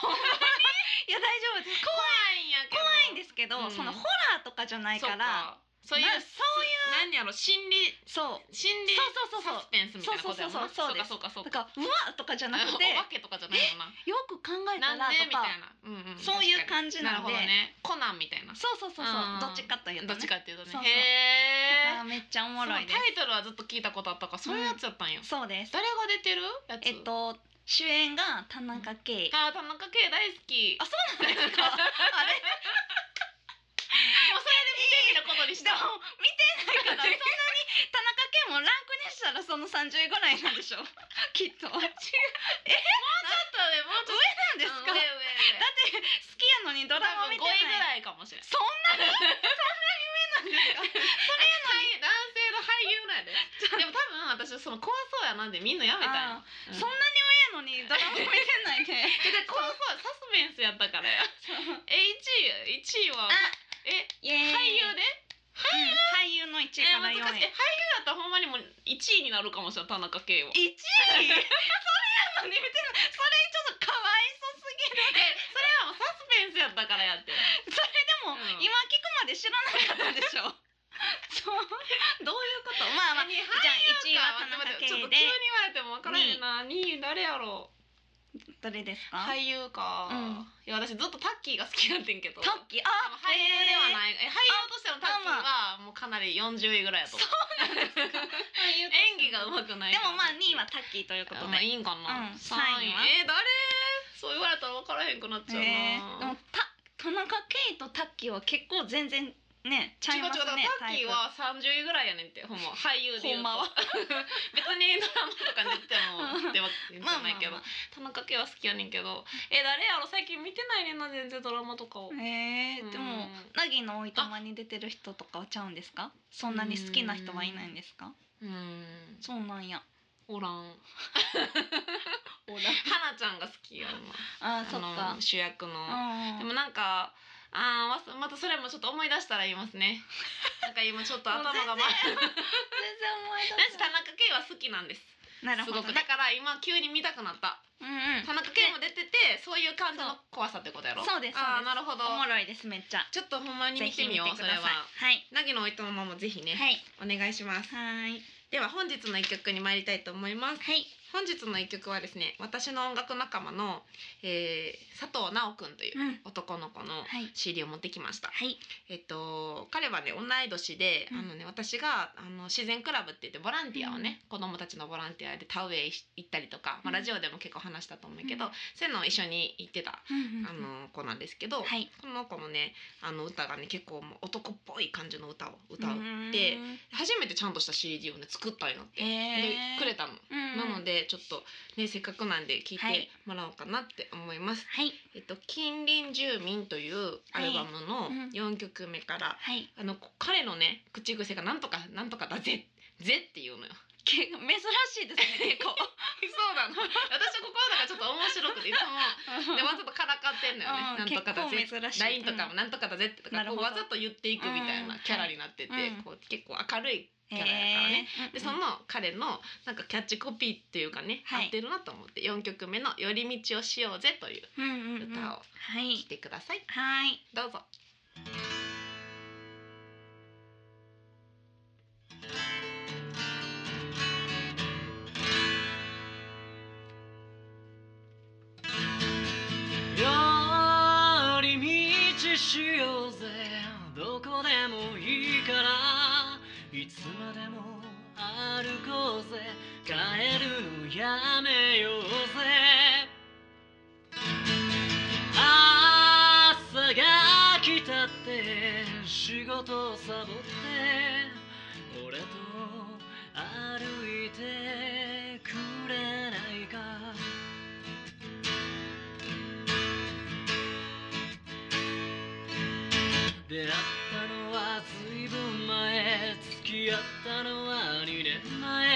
[SPEAKER 1] や大丈夫です
[SPEAKER 2] 怖いんやけど
[SPEAKER 1] 怖いんですけど、
[SPEAKER 2] うん
[SPEAKER 1] そのホラーとかじゃない
[SPEAKER 2] そう
[SPEAKER 1] から
[SPEAKER 2] かそういう
[SPEAKER 1] なそう
[SPEAKER 2] 何やろ心理
[SPEAKER 1] そう
[SPEAKER 2] 心理
[SPEAKER 1] そうそうそうそう
[SPEAKER 2] サスペンスみたいなことやもん
[SPEAKER 1] そ
[SPEAKER 2] な
[SPEAKER 1] うそうそうそうです
[SPEAKER 2] そうかそう
[SPEAKER 1] だ
[SPEAKER 2] かそうか
[SPEAKER 1] からうわっとかじゃなくて
[SPEAKER 2] お化けとかじゃないもんな
[SPEAKER 1] よく考えた
[SPEAKER 2] な
[SPEAKER 1] ら
[SPEAKER 2] んで
[SPEAKER 1] と
[SPEAKER 2] みた
[SPEAKER 1] か
[SPEAKER 2] いな、うんうん、
[SPEAKER 1] そういう感じな
[SPEAKER 2] 確
[SPEAKER 1] の
[SPEAKER 2] か
[SPEAKER 1] で
[SPEAKER 2] になるほどねコナンみたいな
[SPEAKER 1] そうそうそうそう
[SPEAKER 2] うん
[SPEAKER 1] どっちかというとね
[SPEAKER 2] どっちかっていうとね
[SPEAKER 1] そうそう
[SPEAKER 2] へ
[SPEAKER 1] あ
[SPEAKER 2] え
[SPEAKER 1] ーめっちゃおもろいで
[SPEAKER 2] タイトルはずっと聞いたことあったからそういうやつやったんや、
[SPEAKER 1] すそうです
[SPEAKER 2] 誰が出てるやつ
[SPEAKER 1] えっと主演が田中圭
[SPEAKER 2] あー田中圭大好き
[SPEAKER 1] あそうなんですかあれ
[SPEAKER 2] もうそれで見てみることにし
[SPEAKER 1] で
[SPEAKER 2] た
[SPEAKER 1] も見てないからそんなに田中圭もランクにしたらその30位ぐらいなんでし ょきっと上なんです
[SPEAKER 2] もうちょっとねもうちょっ
[SPEAKER 1] か、
[SPEAKER 2] とうん上
[SPEAKER 1] だって
[SPEAKER 2] 上上
[SPEAKER 1] 好きやのにド
[SPEAKER 2] 多
[SPEAKER 1] ラマ
[SPEAKER 2] 分
[SPEAKER 1] 見
[SPEAKER 2] 5
[SPEAKER 1] てな
[SPEAKER 2] 位ぐ
[SPEAKER 1] い
[SPEAKER 2] らいかもしれない
[SPEAKER 1] そんなにそんなに上なんですか
[SPEAKER 2] 俳優男性の俳優なんやででも多分私その怖そうやなんでみんなやめたい
[SPEAKER 1] あーそんなに上やのにドラマ見てない で、ね、
[SPEAKER 2] 怖そうサスペンスやったからやえ1位1位は
[SPEAKER 1] あ
[SPEAKER 2] え
[SPEAKER 1] イエーイ
[SPEAKER 2] 俳優で
[SPEAKER 1] 俳優の1位
[SPEAKER 2] え
[SPEAKER 1] から
[SPEAKER 2] 難しい
[SPEAKER 1] 4位
[SPEAKER 2] え俳優やったらほんまにもう1位になるかもしれない田中圭は
[SPEAKER 1] 1位それやのに見てないそれちょっとかわいそすぎる
[SPEAKER 2] えそれはもうサスペンスやったからやって
[SPEAKER 1] それでも、
[SPEAKER 2] うん
[SPEAKER 1] 今聞くまで知らなかったでし ょそうどういうことまあまあ
[SPEAKER 2] え
[SPEAKER 1] じゃ
[SPEAKER 2] に
[SPEAKER 1] あ1位は田中
[SPEAKER 2] ちょっ
[SPEAKER 1] 圭
[SPEAKER 2] と急に言
[SPEAKER 1] で
[SPEAKER 2] われても分からへんな2位誰やろう
[SPEAKER 1] どれですか、
[SPEAKER 2] 俳優か、
[SPEAKER 1] うん
[SPEAKER 2] いや私ずっとタッキーが好きやってんけど
[SPEAKER 1] タッキー
[SPEAKER 2] で
[SPEAKER 1] あ
[SPEAKER 2] も俳優では
[SPEAKER 1] へー
[SPEAKER 2] ない、え俳優としてのタッキーはもうかなり40位ぐらいやと思う
[SPEAKER 1] 俳優とし
[SPEAKER 2] 演技
[SPEAKER 1] て
[SPEAKER 2] が上手くない
[SPEAKER 1] でもまあ
[SPEAKER 2] 2
[SPEAKER 1] 2位はタッキーということ
[SPEAKER 2] まあい
[SPEAKER 1] で、
[SPEAKER 2] いんかな、
[SPEAKER 1] うん
[SPEAKER 2] 三
[SPEAKER 1] 三位は
[SPEAKER 2] えー、誰そう言われたら分からへんくなっちゃうな、
[SPEAKER 1] えー、でもた田中圭とタッキーは結構全然ねちゃい
[SPEAKER 2] 違う違
[SPEAKER 1] ます
[SPEAKER 2] うだから
[SPEAKER 1] ね
[SPEAKER 2] タッキーは30位ぐらいやねんってほんま俳優で言うと
[SPEAKER 1] ほんまは
[SPEAKER 2] 別にドラマとかに出てもでは言 って
[SPEAKER 1] まあまあ
[SPEAKER 2] ないけど、
[SPEAKER 1] まあ
[SPEAKER 2] 田中圭は好きやねんけどえ誰やろ最近見てないねんな全然ドラマとかを、
[SPEAKER 1] えー、でも
[SPEAKER 2] うん
[SPEAKER 1] ナギのおいとまに出てる人とかはちゃうんですかそんなに好きな人はいないんですか
[SPEAKER 2] うん
[SPEAKER 1] そうなんや
[SPEAKER 2] おらん
[SPEAKER 1] おら
[SPEAKER 2] 花ちゃんが好きやな
[SPEAKER 1] あーそっ
[SPEAKER 2] あ
[SPEAKER 1] か
[SPEAKER 2] の主役の、
[SPEAKER 1] うん
[SPEAKER 2] でもなんかあーわすまたそれもちょっと思い出したら言います ねなんか今ちょっと頭が回る
[SPEAKER 1] もう全然思い出
[SPEAKER 2] 私
[SPEAKER 1] せ
[SPEAKER 2] 田中圭は好きなんです
[SPEAKER 1] ななる
[SPEAKER 2] す
[SPEAKER 1] ほ
[SPEAKER 2] ご
[SPEAKER 1] ど
[SPEAKER 2] く
[SPEAKER 1] ね
[SPEAKER 2] だから今急に見たくなった
[SPEAKER 1] うんうん
[SPEAKER 2] 田中圭も出ててそういう感じの怖さってことやろ
[SPEAKER 1] そうです
[SPEAKER 2] あ
[SPEAKER 1] そうで
[SPEAKER 2] ー
[SPEAKER 1] す
[SPEAKER 2] なるほど
[SPEAKER 1] おもろいですめっちゃ
[SPEAKER 2] ちょっとほんまに
[SPEAKER 1] ぜ
[SPEAKER 2] 見
[SPEAKER 1] ひ
[SPEAKER 2] て
[SPEAKER 1] 見
[SPEAKER 2] み
[SPEAKER 1] て
[SPEAKER 2] よう
[SPEAKER 1] く
[SPEAKER 2] そ
[SPEAKER 1] だ
[SPEAKER 2] れ
[SPEAKER 1] さい
[SPEAKER 2] は
[SPEAKER 1] はい
[SPEAKER 2] 凪のおいとまもぜひね、
[SPEAKER 1] はい
[SPEAKER 2] お願いします
[SPEAKER 1] はーい
[SPEAKER 2] では本日の一曲に参りたいと思います
[SPEAKER 1] はい
[SPEAKER 2] 本日の一曲はですね私の音楽仲間の、えー、佐藤直くんという
[SPEAKER 1] うん
[SPEAKER 2] 男の子
[SPEAKER 1] は
[SPEAKER 2] の
[SPEAKER 1] い
[SPEAKER 2] CD を持ってきました
[SPEAKER 1] はい
[SPEAKER 2] えっと、彼はね同い年で、
[SPEAKER 1] うん
[SPEAKER 2] あのね、私があの自然クラブって言ってボランティアをね、子どもたちのボランティアで田植えし行ったりとか、
[SPEAKER 1] う
[SPEAKER 2] まあ、
[SPEAKER 1] ん
[SPEAKER 2] ラジオでも結構話したと思うけど、
[SPEAKER 1] うん
[SPEAKER 2] そういうのを一緒に行ってた、
[SPEAKER 1] うんうんうん
[SPEAKER 2] あの子なんですけど、
[SPEAKER 1] はい
[SPEAKER 2] この子のねあの歌がね結構もう男っぽい感じの歌を歌う、
[SPEAKER 1] うーん
[SPEAKER 2] 初めてちゃんとした CD をね作ったんよって、
[SPEAKER 1] へー
[SPEAKER 2] でくれた
[SPEAKER 1] う
[SPEAKER 2] の。
[SPEAKER 1] ん
[SPEAKER 2] なのでちょっとねせっかくなんで聞い
[SPEAKER 1] はい
[SPEAKER 2] てもらおうかなって思います。
[SPEAKER 1] はい
[SPEAKER 2] えっと近隣住民というアルバム
[SPEAKER 1] はいうん
[SPEAKER 2] の4曲目から
[SPEAKER 1] はい
[SPEAKER 2] あのこ彼のね口癖がなんとかなんとかだぜぜっていうのよ。
[SPEAKER 1] け珍しいですね結 構
[SPEAKER 2] そうなの。 私ここはだからちょっと面白くていつも でわざとからかってんのよね。
[SPEAKER 1] う
[SPEAKER 2] なんんとかだぜ。
[SPEAKER 1] 結構珍しい
[SPEAKER 2] LINE とかもなんとかだぜってと
[SPEAKER 1] な
[SPEAKER 2] か
[SPEAKER 1] る
[SPEAKER 2] こ
[SPEAKER 1] ほ
[SPEAKER 2] う
[SPEAKER 1] ど
[SPEAKER 2] わざと言っていくみたいなキャラになってて
[SPEAKER 1] うん、
[SPEAKER 2] こう結構明るいキャラやからね。でその彼のなんかキャッチコピーっていうかね、
[SPEAKER 1] はい
[SPEAKER 2] 合ってるなと思って4曲目の「寄り道をしようぜ」という
[SPEAKER 1] うんうんうん
[SPEAKER 2] 歌を
[SPEAKER 1] は
[SPEAKER 2] 聴い
[SPEAKER 1] い
[SPEAKER 2] てください。
[SPEAKER 1] はい
[SPEAKER 2] どうぞ。
[SPEAKER 3] 寄り道しようぜどこでもいいからいつまでも歩こうぜ帰るのやめようぜ朝が来たって仕事をサボって俺と歩いてくれないか出会ったのはずいぶん前付き合ったのは2年前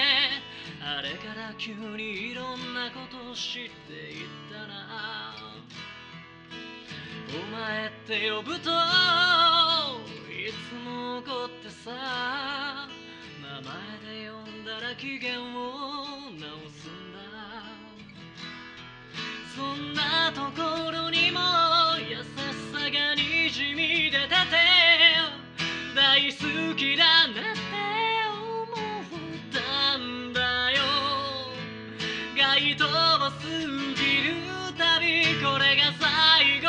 [SPEAKER 3] あれから急にいろんなこと知っていったなお前って呼ぶといつも怒ってさ名前で呼んだら機嫌を直すんだそんなところにも優しさがにじみ出てて大好きだなって思ったんだよ街灯を過ぎるたびこれが最後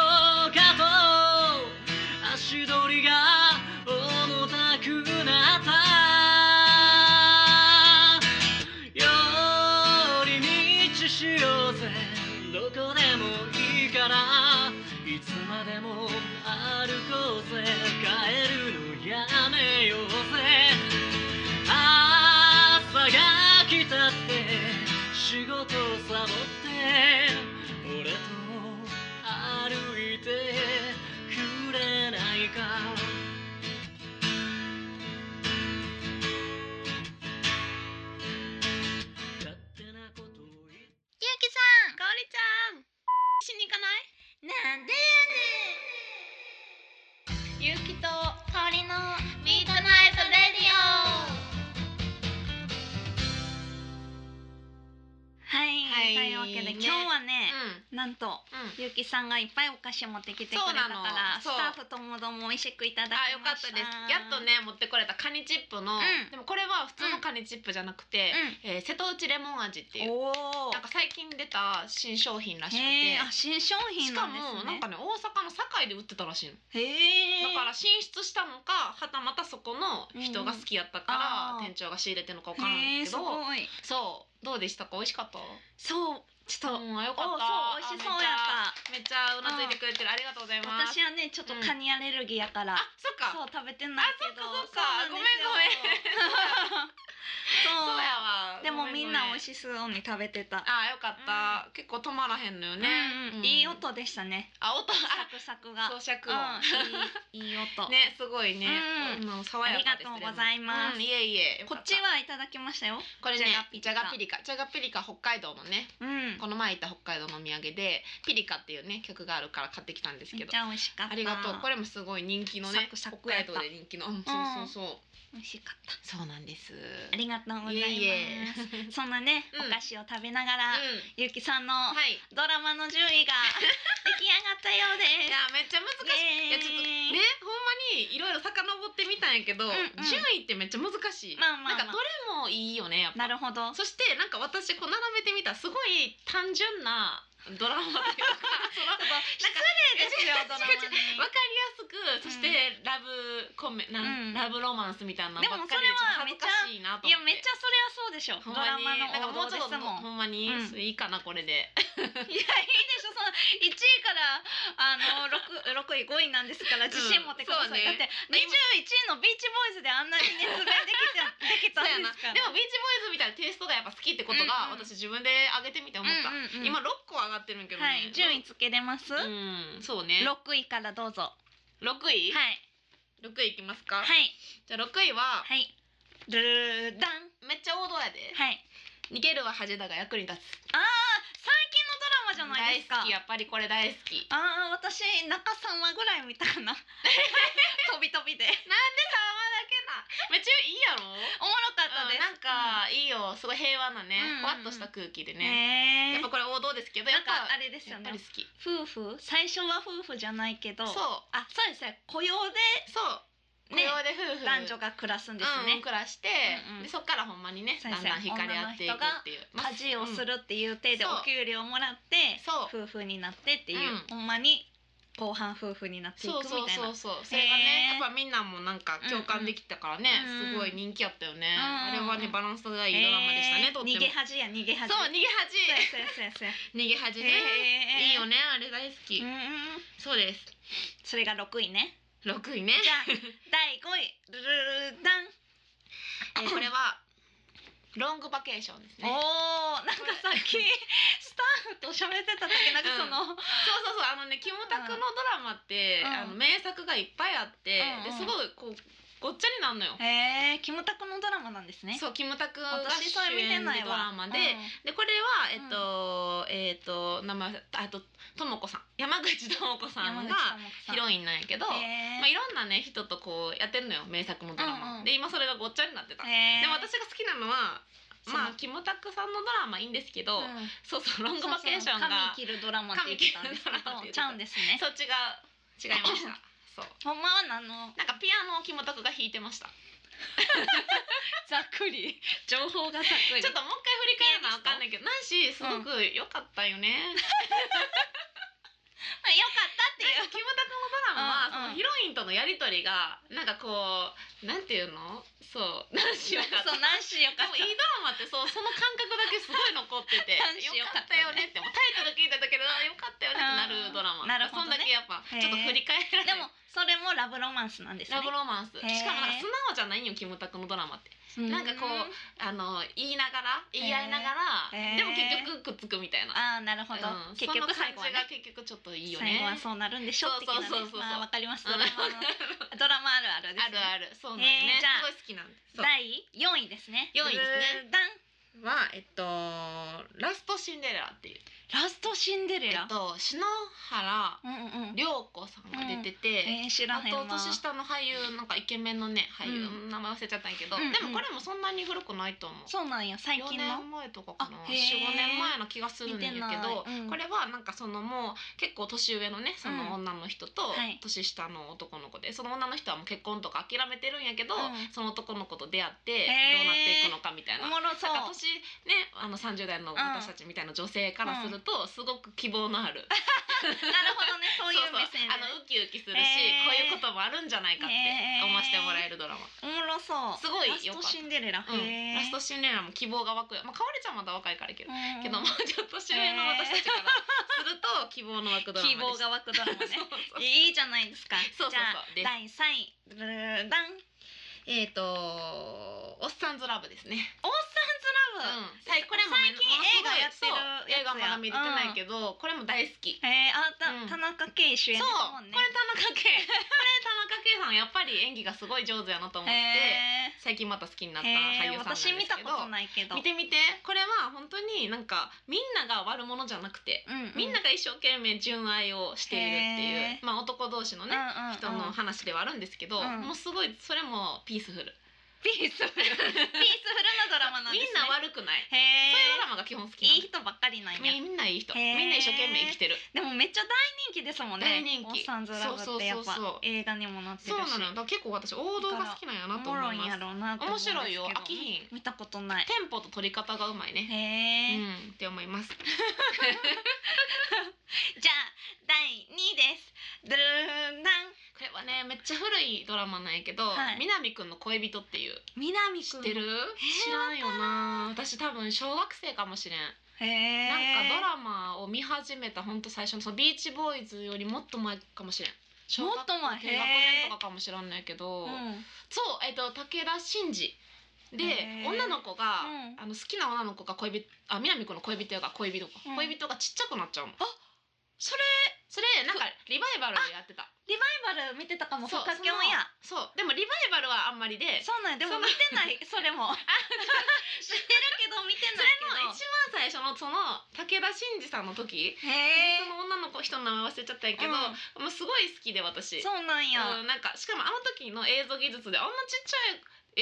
[SPEAKER 3] かと足取りが重たくなった寄り道しようぜどこでもいいからいつまでも歩こうぜ帰るのやめようぜ朝が来たって仕事をサボって俺と歩いてくれないか勝手なことを言って
[SPEAKER 1] ゆうきさんかおりちゃん
[SPEAKER 2] しに行かな
[SPEAKER 1] な
[SPEAKER 2] い
[SPEAKER 1] んで
[SPEAKER 2] ゆうき
[SPEAKER 1] やね
[SPEAKER 2] と
[SPEAKER 1] んかおりのミートナイトレディオはい、
[SPEAKER 2] はい
[SPEAKER 1] というわけで
[SPEAKER 2] ね
[SPEAKER 1] 今日はね、
[SPEAKER 2] う
[SPEAKER 1] なんと
[SPEAKER 2] んうん
[SPEAKER 1] ゆうきさんがいっぱいお菓子を持ってきてくれた
[SPEAKER 2] そう
[SPEAKER 1] か
[SPEAKER 2] な
[SPEAKER 1] らス
[SPEAKER 2] のそう
[SPEAKER 1] タッフともども美味しくいただきました
[SPEAKER 2] あよかったですやっとね持ってこれたカニチップ
[SPEAKER 1] う
[SPEAKER 2] の、
[SPEAKER 1] ん
[SPEAKER 2] でもこれは普通のカニチップじゃなくて、えー瀬戸内レモン味っていう
[SPEAKER 1] おお
[SPEAKER 2] なんか最近出た新商品らしく
[SPEAKER 1] へえ
[SPEAKER 2] て、
[SPEAKER 1] あ新商品
[SPEAKER 2] し
[SPEAKER 1] な
[SPEAKER 2] か
[SPEAKER 1] んですね
[SPEAKER 2] もなんかね大阪の堺で売ってたらしいの、
[SPEAKER 1] へえ
[SPEAKER 2] だから進出したのかはたまたそこの人が好きやった
[SPEAKER 1] う
[SPEAKER 2] から、
[SPEAKER 1] んうんあー
[SPEAKER 2] 店長が仕入れてるのかわから
[SPEAKER 1] へえ
[SPEAKER 2] ないけ
[SPEAKER 1] す
[SPEAKER 2] ど
[SPEAKER 1] ごい
[SPEAKER 2] そうどうでしたか美味しかった
[SPEAKER 1] そうちょっと、
[SPEAKER 2] うんあよか
[SPEAKER 1] おう
[SPEAKER 2] っ
[SPEAKER 1] そ
[SPEAKER 2] た
[SPEAKER 1] う美味しそうやった
[SPEAKER 2] めっちゃうなずいてくれてるありがとうございます
[SPEAKER 1] 私はねちょっとカニアレルギーやから、
[SPEAKER 2] あそっか
[SPEAKER 1] そう食べてないけど
[SPEAKER 2] あそっかそっか
[SPEAKER 1] うなんですよ
[SPEAKER 2] ごめんご
[SPEAKER 1] そう
[SPEAKER 2] そうやわ
[SPEAKER 1] でもみんな美
[SPEAKER 2] しい
[SPEAKER 1] 味しそうに食べてた、
[SPEAKER 2] あよかった、結構止まらへんのよね、
[SPEAKER 1] うんうん
[SPEAKER 2] う
[SPEAKER 1] ん、いい音でしたね
[SPEAKER 2] あ音
[SPEAKER 1] サ
[SPEAKER 2] あ
[SPEAKER 1] クサクが
[SPEAKER 2] 咀嚼音、
[SPEAKER 1] うん、いいいい音、
[SPEAKER 2] ねすごいね、
[SPEAKER 1] うん
[SPEAKER 2] も爽やかです
[SPEAKER 1] ありがとうございます
[SPEAKER 2] でもうんいえいえよ
[SPEAKER 1] こ
[SPEAKER 2] か
[SPEAKER 1] ったちはいただきましたよ
[SPEAKER 2] これね
[SPEAKER 1] じ
[SPEAKER 2] じ
[SPEAKER 1] ゃ
[SPEAKER 2] ゃ
[SPEAKER 1] が
[SPEAKER 2] が
[SPEAKER 1] ピ
[SPEAKER 2] ピリカじゃがピリカ北海道のね
[SPEAKER 1] うん
[SPEAKER 2] この前行った北海道のお土産でピリカっていうね曲があるから買ってきたんです
[SPEAKER 1] め
[SPEAKER 2] け
[SPEAKER 1] っ
[SPEAKER 2] ど
[SPEAKER 1] ちゃ美味しかった
[SPEAKER 2] ありがとうこれもすごい人気のね
[SPEAKER 1] サクサク
[SPEAKER 2] 北
[SPEAKER 1] やっ
[SPEAKER 2] 海
[SPEAKER 1] た
[SPEAKER 2] 道で人気の、うん、そうそうそう
[SPEAKER 1] 美味しかった
[SPEAKER 2] そうなんです
[SPEAKER 1] ありがとうございます
[SPEAKER 2] いえいえ
[SPEAKER 1] そんなね、
[SPEAKER 2] うん
[SPEAKER 1] お菓子を食べながら、
[SPEAKER 2] う
[SPEAKER 1] ゆうきさんの
[SPEAKER 2] んはい
[SPEAKER 1] ドラマの順位が出来上がったよう
[SPEAKER 2] い
[SPEAKER 1] です
[SPEAKER 2] やめっちゃ難しいいやちょっとねほんまにいろいろ遡ってみたんやけど、
[SPEAKER 1] んうん
[SPEAKER 2] 順位ってめっちゃ難しい、
[SPEAKER 1] まあまあまあ
[SPEAKER 2] なんかどれもいいよねやっぱ
[SPEAKER 1] なるほど
[SPEAKER 2] そしてなんか私こう並べてみたらすごい単純な ドラマっていうかそのなんか
[SPEAKER 1] ですよ
[SPEAKER 2] 違う違う
[SPEAKER 1] ドラマに
[SPEAKER 2] わかりやすくそしてラブコメな
[SPEAKER 1] う
[SPEAKER 2] ん、
[SPEAKER 1] ん
[SPEAKER 2] ラブロマンスみたいなのば
[SPEAKER 1] で
[SPEAKER 2] っ
[SPEAKER 1] も
[SPEAKER 2] かりで
[SPEAKER 1] それ
[SPEAKER 2] ちょっと
[SPEAKER 1] はめっちゃ
[SPEAKER 2] 恥ずかしいなと
[SPEAKER 1] いや
[SPEAKER 2] 思っ
[SPEAKER 1] め
[SPEAKER 2] て。
[SPEAKER 1] っちゃそれはそうでしょ
[SPEAKER 2] ほん
[SPEAKER 1] ドラ
[SPEAKER 2] まに
[SPEAKER 1] マ
[SPEAKER 2] なんか
[SPEAKER 1] の王
[SPEAKER 2] もう
[SPEAKER 1] 道
[SPEAKER 2] ち
[SPEAKER 1] で
[SPEAKER 2] ょっ
[SPEAKER 1] す
[SPEAKER 2] と
[SPEAKER 1] もん
[SPEAKER 2] ほんまに、
[SPEAKER 1] うん
[SPEAKER 2] いいかなこれで
[SPEAKER 1] いやいいでしょその1位からあの 6, 六位5位なんですから自信持ってくださ
[SPEAKER 2] そう
[SPEAKER 1] い、
[SPEAKER 2] ね
[SPEAKER 1] だって21位のビーチボーイズであんなに熱弁できたでき
[SPEAKER 2] そ
[SPEAKER 1] た
[SPEAKER 2] うんや
[SPEAKER 1] で
[SPEAKER 2] な
[SPEAKER 1] すから
[SPEAKER 2] でもビーチボーイズみたいなテイストがやっぱ好きってことが、
[SPEAKER 1] うんうん
[SPEAKER 2] 私自分で上げてみて思った、
[SPEAKER 1] うんうんうん
[SPEAKER 2] 今6個上がってるんやけどね、
[SPEAKER 1] はい順位つけれます、
[SPEAKER 2] うんそうね
[SPEAKER 1] 六6位からどうぞは
[SPEAKER 2] 6位、
[SPEAKER 1] い
[SPEAKER 2] 六6位いきますか、
[SPEAKER 1] はい
[SPEAKER 2] じゃあ6位は、
[SPEAKER 1] はいルーダン
[SPEAKER 2] めっちゃ王道やで、
[SPEAKER 1] はい
[SPEAKER 2] 逃げるは恥だが役に立つ
[SPEAKER 1] あー最近のドラマじゃないですか
[SPEAKER 2] 大好きやっぱりこれ大好き
[SPEAKER 1] あー私中3話ぐらい見たか な飛び飛びで
[SPEAKER 2] なんでさまだけなめっちゃいいやろ
[SPEAKER 1] おもろかったです、
[SPEAKER 2] うんなんか、いいよすごい平和なね
[SPEAKER 1] うんうんうん
[SPEAKER 2] ふわっとした空気でね、
[SPEAKER 1] ね
[SPEAKER 2] やっぱこれ王道ですけどや
[SPEAKER 1] なん
[SPEAKER 2] っ
[SPEAKER 1] か
[SPEAKER 2] ぱ
[SPEAKER 1] あれです
[SPEAKER 2] や
[SPEAKER 1] よ
[SPEAKER 2] っぱ
[SPEAKER 1] ね
[SPEAKER 2] り好き
[SPEAKER 1] 夫婦最初は夫婦じゃないけど
[SPEAKER 2] そう
[SPEAKER 1] あそうですね雇用
[SPEAKER 2] そう
[SPEAKER 1] ね
[SPEAKER 2] 雇用で夫婦
[SPEAKER 1] で男女が暮らすんです
[SPEAKER 2] うんうん
[SPEAKER 1] ね、
[SPEAKER 2] 暮らして、
[SPEAKER 1] うんうん
[SPEAKER 2] でそっからほんまにねだ
[SPEAKER 1] 先
[SPEAKER 2] ん
[SPEAKER 1] 生
[SPEAKER 2] だん惹かれ合っていくっていうまあ
[SPEAKER 1] 家事をするっていう体で
[SPEAKER 2] そう
[SPEAKER 1] お給料もらって、
[SPEAKER 2] そう
[SPEAKER 1] 夫婦になってっていう、
[SPEAKER 2] うん
[SPEAKER 1] ほんまに後半夫婦になっていく
[SPEAKER 2] そう
[SPEAKER 1] みたいな
[SPEAKER 2] そうそうそうそれがね
[SPEAKER 1] へー
[SPEAKER 2] やっぱみんなもなんか共感できたからね、
[SPEAKER 1] うんうん
[SPEAKER 2] すごい人気やったよね、
[SPEAKER 1] うんうん
[SPEAKER 2] あれはねバランスがいいドラマでしたね、
[SPEAKER 1] えー
[SPEAKER 2] とっても
[SPEAKER 1] 逃げ恥や逃げ恥
[SPEAKER 2] そう逃げ恥
[SPEAKER 1] そうやそうやそうや
[SPEAKER 2] 逃げ恥
[SPEAKER 1] そう
[SPEAKER 2] ね
[SPEAKER 1] や、へー
[SPEAKER 2] いいよねあれ大好き、
[SPEAKER 1] うんうんうん
[SPEAKER 2] そうです
[SPEAKER 1] それが六位ね
[SPEAKER 2] 六位ね
[SPEAKER 1] じゃあ第五位ルルルルダン
[SPEAKER 2] えーこれはロングバケーションですね
[SPEAKER 1] おーなんかさっきスタッフと喋ってた時なんかその、
[SPEAKER 2] そうそうそうあのねキムタクのドラマって、
[SPEAKER 1] うん
[SPEAKER 2] あの名作がいっぱいあって、
[SPEAKER 1] うんうん
[SPEAKER 2] ですごいこうごっちゃになるのよ、
[SPEAKER 1] へえキムタクのドラマなんですね
[SPEAKER 2] そうキムタクが
[SPEAKER 1] 私そ
[SPEAKER 2] 主
[SPEAKER 1] れ見て
[SPEAKER 2] 演の
[SPEAKER 1] ない
[SPEAKER 2] ド
[SPEAKER 1] わ
[SPEAKER 2] ラマで、でこれはえっと、えっと名前忘れあとともこさん山口ともこさんが
[SPEAKER 1] い
[SPEAKER 2] ヒロインなんやけど、まあ、いろんなね人とこうやってんのよ名作もドラ
[SPEAKER 1] うんうん
[SPEAKER 2] マ、で今それがごっちゃになってた、でも私が好きなのはまあキムタクさんのドラマいいんですけど、そうそうロングバケーションが
[SPEAKER 1] 髪切るドラマって言ってたんですけ
[SPEAKER 2] 髪切るドラマって
[SPEAKER 1] どち
[SPEAKER 2] 言って
[SPEAKER 1] ゃう
[SPEAKER 2] た
[SPEAKER 1] んですね
[SPEAKER 2] そう違う違いましたそう
[SPEAKER 1] ほんまはあの
[SPEAKER 2] なんかピアノをキムタクが弾いてました
[SPEAKER 1] ざっくり情報がざっくり
[SPEAKER 2] ちょっともう一回振り返らなあかんねんけどナンシーすごく良かったよね、
[SPEAKER 1] まあよかったって
[SPEAKER 2] で
[SPEAKER 1] いう
[SPEAKER 2] キムタクのドラ
[SPEAKER 1] うんう
[SPEAKER 2] マは、
[SPEAKER 1] ん
[SPEAKER 2] そのヒロインとのやりとりがなんかこうなんていうのそうナンシーよかった
[SPEAKER 1] そうナンシーよ
[SPEAKER 2] で
[SPEAKER 1] か
[SPEAKER 2] も
[SPEAKER 1] っ
[SPEAKER 2] いいドラマってそうその感覚だけすごい残ってて
[SPEAKER 1] 男子
[SPEAKER 2] よかったよねってもうタイトル聞いただけであよかったよねってなるドラマ
[SPEAKER 1] うんなるほどね
[SPEAKER 2] そんだけやっぱちょっと振り返ら
[SPEAKER 1] たで
[SPEAKER 2] ない
[SPEAKER 1] もそれもラブロマンスなんですね
[SPEAKER 2] ラブロマンスし
[SPEAKER 1] へー
[SPEAKER 2] かもなんか素直じゃないんよキムタクのドラマってなんかこうあの言いながら言い合いながら、
[SPEAKER 1] へー
[SPEAKER 2] でも結局くっつくみたいな、
[SPEAKER 1] ああなるほど
[SPEAKER 2] うん
[SPEAKER 1] 結局最後はね
[SPEAKER 2] その感じが結局ちょっといいよ
[SPEAKER 1] 最
[SPEAKER 2] ね
[SPEAKER 1] 後はそうなるんでしょ的なね
[SPEAKER 2] そうそうそうそう
[SPEAKER 1] まあわかります
[SPEAKER 2] う
[SPEAKER 1] ド
[SPEAKER 2] ん
[SPEAKER 1] ラマの ドラマあるあるです
[SPEAKER 2] あ
[SPEAKER 1] ね
[SPEAKER 2] るあるそうなんよね、
[SPEAKER 1] えーじゃあ
[SPEAKER 2] すごい好きなんですそう
[SPEAKER 1] 第四位ですね
[SPEAKER 2] 四位ですね
[SPEAKER 1] ルルダン
[SPEAKER 2] はえっとラストシンデレラっていう
[SPEAKER 1] ラストシンデレ
[SPEAKER 2] え
[SPEAKER 1] ラ
[SPEAKER 2] っと篠原
[SPEAKER 1] うんうんうん
[SPEAKER 2] 涼子さんが出て
[SPEAKER 1] え
[SPEAKER 2] て、
[SPEAKER 1] ー知ら
[SPEAKER 2] あ
[SPEAKER 1] へん
[SPEAKER 2] と
[SPEAKER 1] わ
[SPEAKER 2] 年下の俳優なんかイケメンのね俳優、
[SPEAKER 1] う
[SPEAKER 2] 名前忘れちゃったんやけど、
[SPEAKER 1] うんうん
[SPEAKER 2] でもこれもそんなに古くないと思う
[SPEAKER 1] そうなんや最
[SPEAKER 2] 4
[SPEAKER 1] 近の
[SPEAKER 2] 年前とかかな
[SPEAKER 1] あへー
[SPEAKER 2] 45年前の気がするんやけ
[SPEAKER 1] 見て
[SPEAKER 2] ど、
[SPEAKER 1] ないうん
[SPEAKER 2] これはなんかそのもう結構年上のねその女の人
[SPEAKER 1] んは
[SPEAKER 2] と
[SPEAKER 1] い
[SPEAKER 2] 年下の男の子で、その女の人はもう結婚とか諦めてるんやけど、
[SPEAKER 1] うん
[SPEAKER 2] その男の子と出会ってどう
[SPEAKER 1] へー
[SPEAKER 2] なっていくのかみたい
[SPEAKER 1] おも
[SPEAKER 2] な。
[SPEAKER 1] ろそ
[SPEAKER 2] なん
[SPEAKER 1] う
[SPEAKER 2] か年ねあの30代の私たちみたいな女性からすると、すごく希望のある
[SPEAKER 1] なるほどねそういう目線で
[SPEAKER 2] あのウキウキするし、
[SPEAKER 1] へー
[SPEAKER 2] こういうこともあるんじゃないかって思わせてもらえるドラマ、
[SPEAKER 1] おもろそう
[SPEAKER 2] すごい
[SPEAKER 1] ラ
[SPEAKER 2] 良かった
[SPEAKER 1] ストシンデレラ
[SPEAKER 2] うん、ラストシンデレラも希望が湧くよまあかおりちゃんはまだ若いからいける、けどもうちょっと年上の私たちから すると希望の湧くドラマ
[SPEAKER 1] 希望
[SPEAKER 2] でした
[SPEAKER 1] が湧くドラマね
[SPEAKER 2] そうそう
[SPEAKER 1] いいじゃないですか
[SPEAKER 2] そうそうそう
[SPEAKER 1] じゃあ
[SPEAKER 2] です
[SPEAKER 1] 第三位ルルルルダン
[SPEAKER 2] えっ、とおっさんずラブですね、
[SPEAKER 1] オー
[SPEAKER 2] う
[SPEAKER 1] サンズラブ
[SPEAKER 2] ん、最これもめ
[SPEAKER 1] 最近映画やってる
[SPEAKER 2] そう
[SPEAKER 1] やつや
[SPEAKER 2] 映画まだ見れてないけど、これも大好き
[SPEAKER 1] えー、あ
[SPEAKER 2] うん
[SPEAKER 1] た田中圭主演で
[SPEAKER 2] そ
[SPEAKER 1] す
[SPEAKER 2] う、
[SPEAKER 1] もんね
[SPEAKER 2] これ田中圭これ田中圭さんやっぱり演技がすごい上手やなと思って、
[SPEAKER 1] へ
[SPEAKER 2] 最近また好きになった俳
[SPEAKER 1] ーへー
[SPEAKER 2] 優さんなんで
[SPEAKER 1] 私
[SPEAKER 2] すけど
[SPEAKER 1] 見たことないけど
[SPEAKER 2] 見て見てこれは本当になんかみんなが悪者じゃなくて
[SPEAKER 1] うんうん
[SPEAKER 2] みんなが一生懸命純愛をしているっていう、
[SPEAKER 1] へ
[SPEAKER 2] まあ男同士のね、
[SPEAKER 1] うんうんうん
[SPEAKER 2] 人の話ではあるんですけど、
[SPEAKER 1] うん
[SPEAKER 2] もうすごいそれもピースフル、
[SPEAKER 1] ピースフルピースフルなドラマなん
[SPEAKER 2] み
[SPEAKER 1] ですね
[SPEAKER 2] んな悪くない、そういうド
[SPEAKER 1] へ
[SPEAKER 2] ラマが基本好き
[SPEAKER 1] えいい
[SPEAKER 2] な
[SPEAKER 1] 人ばっかりなんや
[SPEAKER 2] のみみんないい人
[SPEAKER 1] へ
[SPEAKER 2] み
[SPEAKER 1] ー
[SPEAKER 2] んな一生懸命生きてる
[SPEAKER 1] でもめっちゃ大人気ですもんね
[SPEAKER 2] 大人気
[SPEAKER 1] オッサンズラブってやっ
[SPEAKER 2] そうそうそうそう
[SPEAKER 1] ぱ映画にもなって
[SPEAKER 2] そ
[SPEAKER 1] る
[SPEAKER 2] う
[SPEAKER 1] し
[SPEAKER 2] なのよだから結構私王道が好きなんや
[SPEAKER 1] お
[SPEAKER 2] なと
[SPEAKER 1] も
[SPEAKER 2] 思
[SPEAKER 1] ろ
[SPEAKER 2] い
[SPEAKER 1] いんや
[SPEAKER 2] ます
[SPEAKER 1] ろうなと思うんですけど
[SPEAKER 2] 面白いよ飽きひん
[SPEAKER 1] 見たことない
[SPEAKER 2] テンポと取り方がうまいね、
[SPEAKER 1] へえ、
[SPEAKER 2] うんって思います
[SPEAKER 1] じゃあ第2位ですドゥルルンダン
[SPEAKER 2] これはねめっちゃ古いドラマなんやけど、
[SPEAKER 1] はい
[SPEAKER 2] 南くんの恋人っていう
[SPEAKER 1] 南
[SPEAKER 2] 知ってる、知らんよな私多分小学生かもしれん、
[SPEAKER 1] へえ
[SPEAKER 2] なんかドラマを見始めたほんと最初のそのビーチボーイズよりもっと前かもしれん小学
[SPEAKER 1] もっと前
[SPEAKER 2] 低
[SPEAKER 1] へー
[SPEAKER 2] 学年とかかもしらんないけど、
[SPEAKER 1] うん
[SPEAKER 2] そうえっ、と武田真治で
[SPEAKER 1] へー
[SPEAKER 2] 女の子が、
[SPEAKER 1] うん
[SPEAKER 2] あの好きな女の子が恋人あ南くんの恋人が恋人か、
[SPEAKER 1] うん
[SPEAKER 2] 恋人がちっちゃくなっちゃうの
[SPEAKER 1] それ
[SPEAKER 2] それなんかリバイバルでやってた
[SPEAKER 1] リバイバル見てたかもそ
[SPEAKER 2] そ
[SPEAKER 1] うかきょんや
[SPEAKER 2] そのそうでもリバイバルはあんまりで
[SPEAKER 1] そうなんやでも見てない それも知ってるけど見て
[SPEAKER 2] そ
[SPEAKER 1] な
[SPEAKER 2] れ
[SPEAKER 1] いけど
[SPEAKER 2] の一番最初のその武田真治さんの時
[SPEAKER 1] へ
[SPEAKER 2] その女の子人の名前忘れちゃったんやけど、
[SPEAKER 1] うん
[SPEAKER 2] もうすごい好きで私
[SPEAKER 1] そうなんや、
[SPEAKER 2] うんなんかしかもあの時の映像技術であんなちっち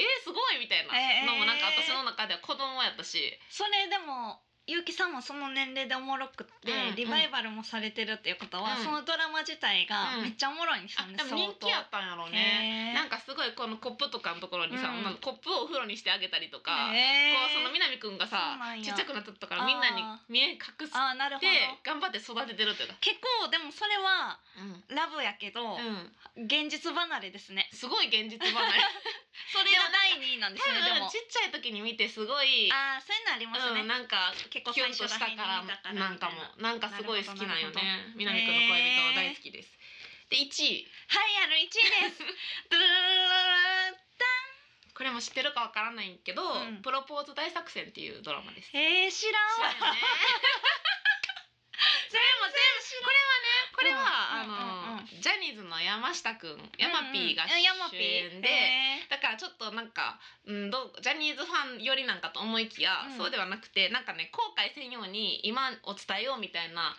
[SPEAKER 2] ゃいえー、すごいみたいな
[SPEAKER 1] えー
[SPEAKER 2] のもなんか私の中では子供やったし、
[SPEAKER 1] それでも結城さんもその年齢でおもろくって、
[SPEAKER 2] うんうん
[SPEAKER 1] リバイバルもされてるっていうことは、
[SPEAKER 2] うん
[SPEAKER 1] そのドラマ自体が
[SPEAKER 2] うん
[SPEAKER 1] めっちゃおもろいんですよ
[SPEAKER 2] あ
[SPEAKER 1] ね、
[SPEAKER 2] でも人気やったんやろうね。なん
[SPEAKER 1] か
[SPEAKER 2] かすごいこのコップとかのところにさ、
[SPEAKER 1] うん
[SPEAKER 2] 女の子コップをお風呂にしてあげたりとか、こうその南くんが
[SPEAKER 1] そう
[SPEAKER 2] さ
[SPEAKER 1] なんや
[SPEAKER 2] ちっちゃくなったとからみんなに
[SPEAKER 1] あ
[SPEAKER 2] 見え隠して
[SPEAKER 1] あーなるほど
[SPEAKER 2] 頑張って育ててるというか、
[SPEAKER 1] 結構でもそれは
[SPEAKER 2] うん
[SPEAKER 1] ラブやけど、現実離れですね
[SPEAKER 2] すごい現実離れ
[SPEAKER 1] それが第2位なんですね で
[SPEAKER 2] 多
[SPEAKER 1] も
[SPEAKER 2] 分ちっちゃい時に見てすごい、
[SPEAKER 1] ああそういうのありますね、
[SPEAKER 2] うん、なんか
[SPEAKER 1] 結構
[SPEAKER 2] キュ
[SPEAKER 1] 最
[SPEAKER 2] ン
[SPEAKER 1] 初
[SPEAKER 2] とした
[SPEAKER 1] らへんに見
[SPEAKER 2] から
[SPEAKER 1] たから
[SPEAKER 2] なんかもなんかすごい好きなんよね南くんの恋人は大好きです、で1位
[SPEAKER 1] はいあの1位ですドゥルルルルル
[SPEAKER 2] これも知ってるかわからないけど、
[SPEAKER 1] うん
[SPEAKER 2] プロポーズ大作戦っていうドラマです
[SPEAKER 1] えー、知らんわ
[SPEAKER 2] 知らんよね
[SPEAKER 1] 全部全部知らん
[SPEAKER 2] これ
[SPEAKER 1] うん
[SPEAKER 2] は、あの、
[SPEAKER 1] うんうん
[SPEAKER 2] ジャニーズの山下くん山 P が
[SPEAKER 1] うんうん山
[SPEAKER 2] 主
[SPEAKER 1] P
[SPEAKER 2] 演
[SPEAKER 1] へ
[SPEAKER 2] で、だからちょっとなんか、うん、どうジャニーズファンよりなんかと思いきや、
[SPEAKER 1] うん
[SPEAKER 2] そうではなくてなんかね後悔せんように今お伝えようみた いな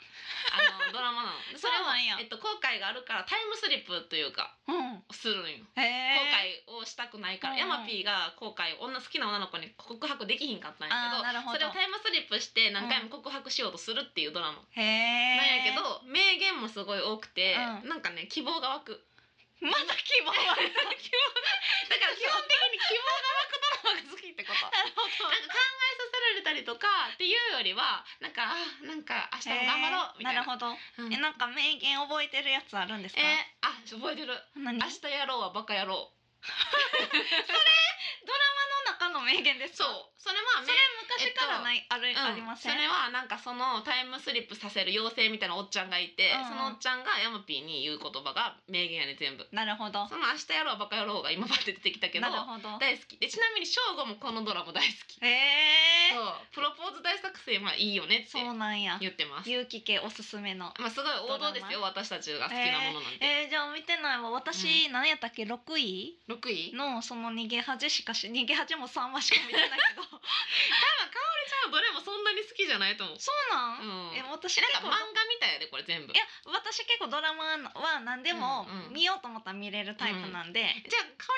[SPEAKER 2] あのドラマなのでそれ
[SPEAKER 1] そう
[SPEAKER 2] を
[SPEAKER 1] なんや
[SPEAKER 2] えっと、後悔があるからタイムスリップというか
[SPEAKER 1] ーうん
[SPEAKER 2] するのよ。
[SPEAKER 1] へ
[SPEAKER 2] 後
[SPEAKER 1] え
[SPEAKER 2] 悔をしたくないから、
[SPEAKER 1] うんうん
[SPEAKER 2] ヤマピーが後悔を女好きな女の子に告白できひんかったんや
[SPEAKER 1] あーなる
[SPEAKER 2] けど
[SPEAKER 1] ほど
[SPEAKER 2] それをタイムスリップして何回も告白しようとするっていうドラマ
[SPEAKER 1] へえ
[SPEAKER 2] なんやけど名言もすごい多くて、
[SPEAKER 1] うん
[SPEAKER 2] なんかね希望が湧く
[SPEAKER 1] まだ希望 は
[SPEAKER 2] だから基本的に希望が湧くドラマが好きってこと
[SPEAKER 1] なるほど
[SPEAKER 2] なんか考えさせられたりとかっていうよりはなんかあなんか明日も頑張ろうみたい
[SPEAKER 1] へーなる
[SPEAKER 2] な,
[SPEAKER 1] ほど
[SPEAKER 2] うん、
[SPEAKER 1] えなんか名言覚えてるやつあるんですか、
[SPEAKER 2] えあ覚えてる
[SPEAKER 1] 何
[SPEAKER 2] 明日やろうはバカやろう
[SPEAKER 1] の中の名言です
[SPEAKER 2] そう
[SPEAKER 1] か
[SPEAKER 2] それ
[SPEAKER 1] そ
[SPEAKER 2] は
[SPEAKER 1] れ昔からない、ある、あ
[SPEAKER 2] うん
[SPEAKER 1] りません
[SPEAKER 2] それはなんかそのタイムスリップさせる妖精みたいなおっちゃんがいて、
[SPEAKER 1] うんうん
[SPEAKER 2] そのおっちゃんがヤマピーに言う言葉が名言やね全部
[SPEAKER 1] なるほど
[SPEAKER 2] その明日やろうはバカやろうが今まで出てきたけど
[SPEAKER 1] なるほど
[SPEAKER 2] 大好きでちなみに翔吾もこのドラマ大好き、
[SPEAKER 1] へえ
[SPEAKER 2] そうプロポーズ大作戦はいいよねって
[SPEAKER 1] そうなんや
[SPEAKER 2] 言ってます
[SPEAKER 1] ゆうき系おすすめの
[SPEAKER 2] まあすごい王道ですよ私たちが好きなものなんて、
[SPEAKER 1] えー、じゃあ見てないわ私、何やったっけ6位
[SPEAKER 2] 六位
[SPEAKER 1] のその逃げ恥しかし逃げ恥も3話しか見てないけ ど
[SPEAKER 2] じゃあどれもそんなに好きじゃないと思う
[SPEAKER 1] そうなん、
[SPEAKER 2] うん
[SPEAKER 1] え私
[SPEAKER 2] え
[SPEAKER 1] 結
[SPEAKER 2] な
[SPEAKER 1] 構
[SPEAKER 2] んか漫画みたいやでこれ全部
[SPEAKER 1] い
[SPEAKER 2] じゃ
[SPEAKER 1] や私結構ドラマは何でも
[SPEAKER 2] うんうん
[SPEAKER 1] 見ようと思ったら見れるタイプなんで、
[SPEAKER 2] あかお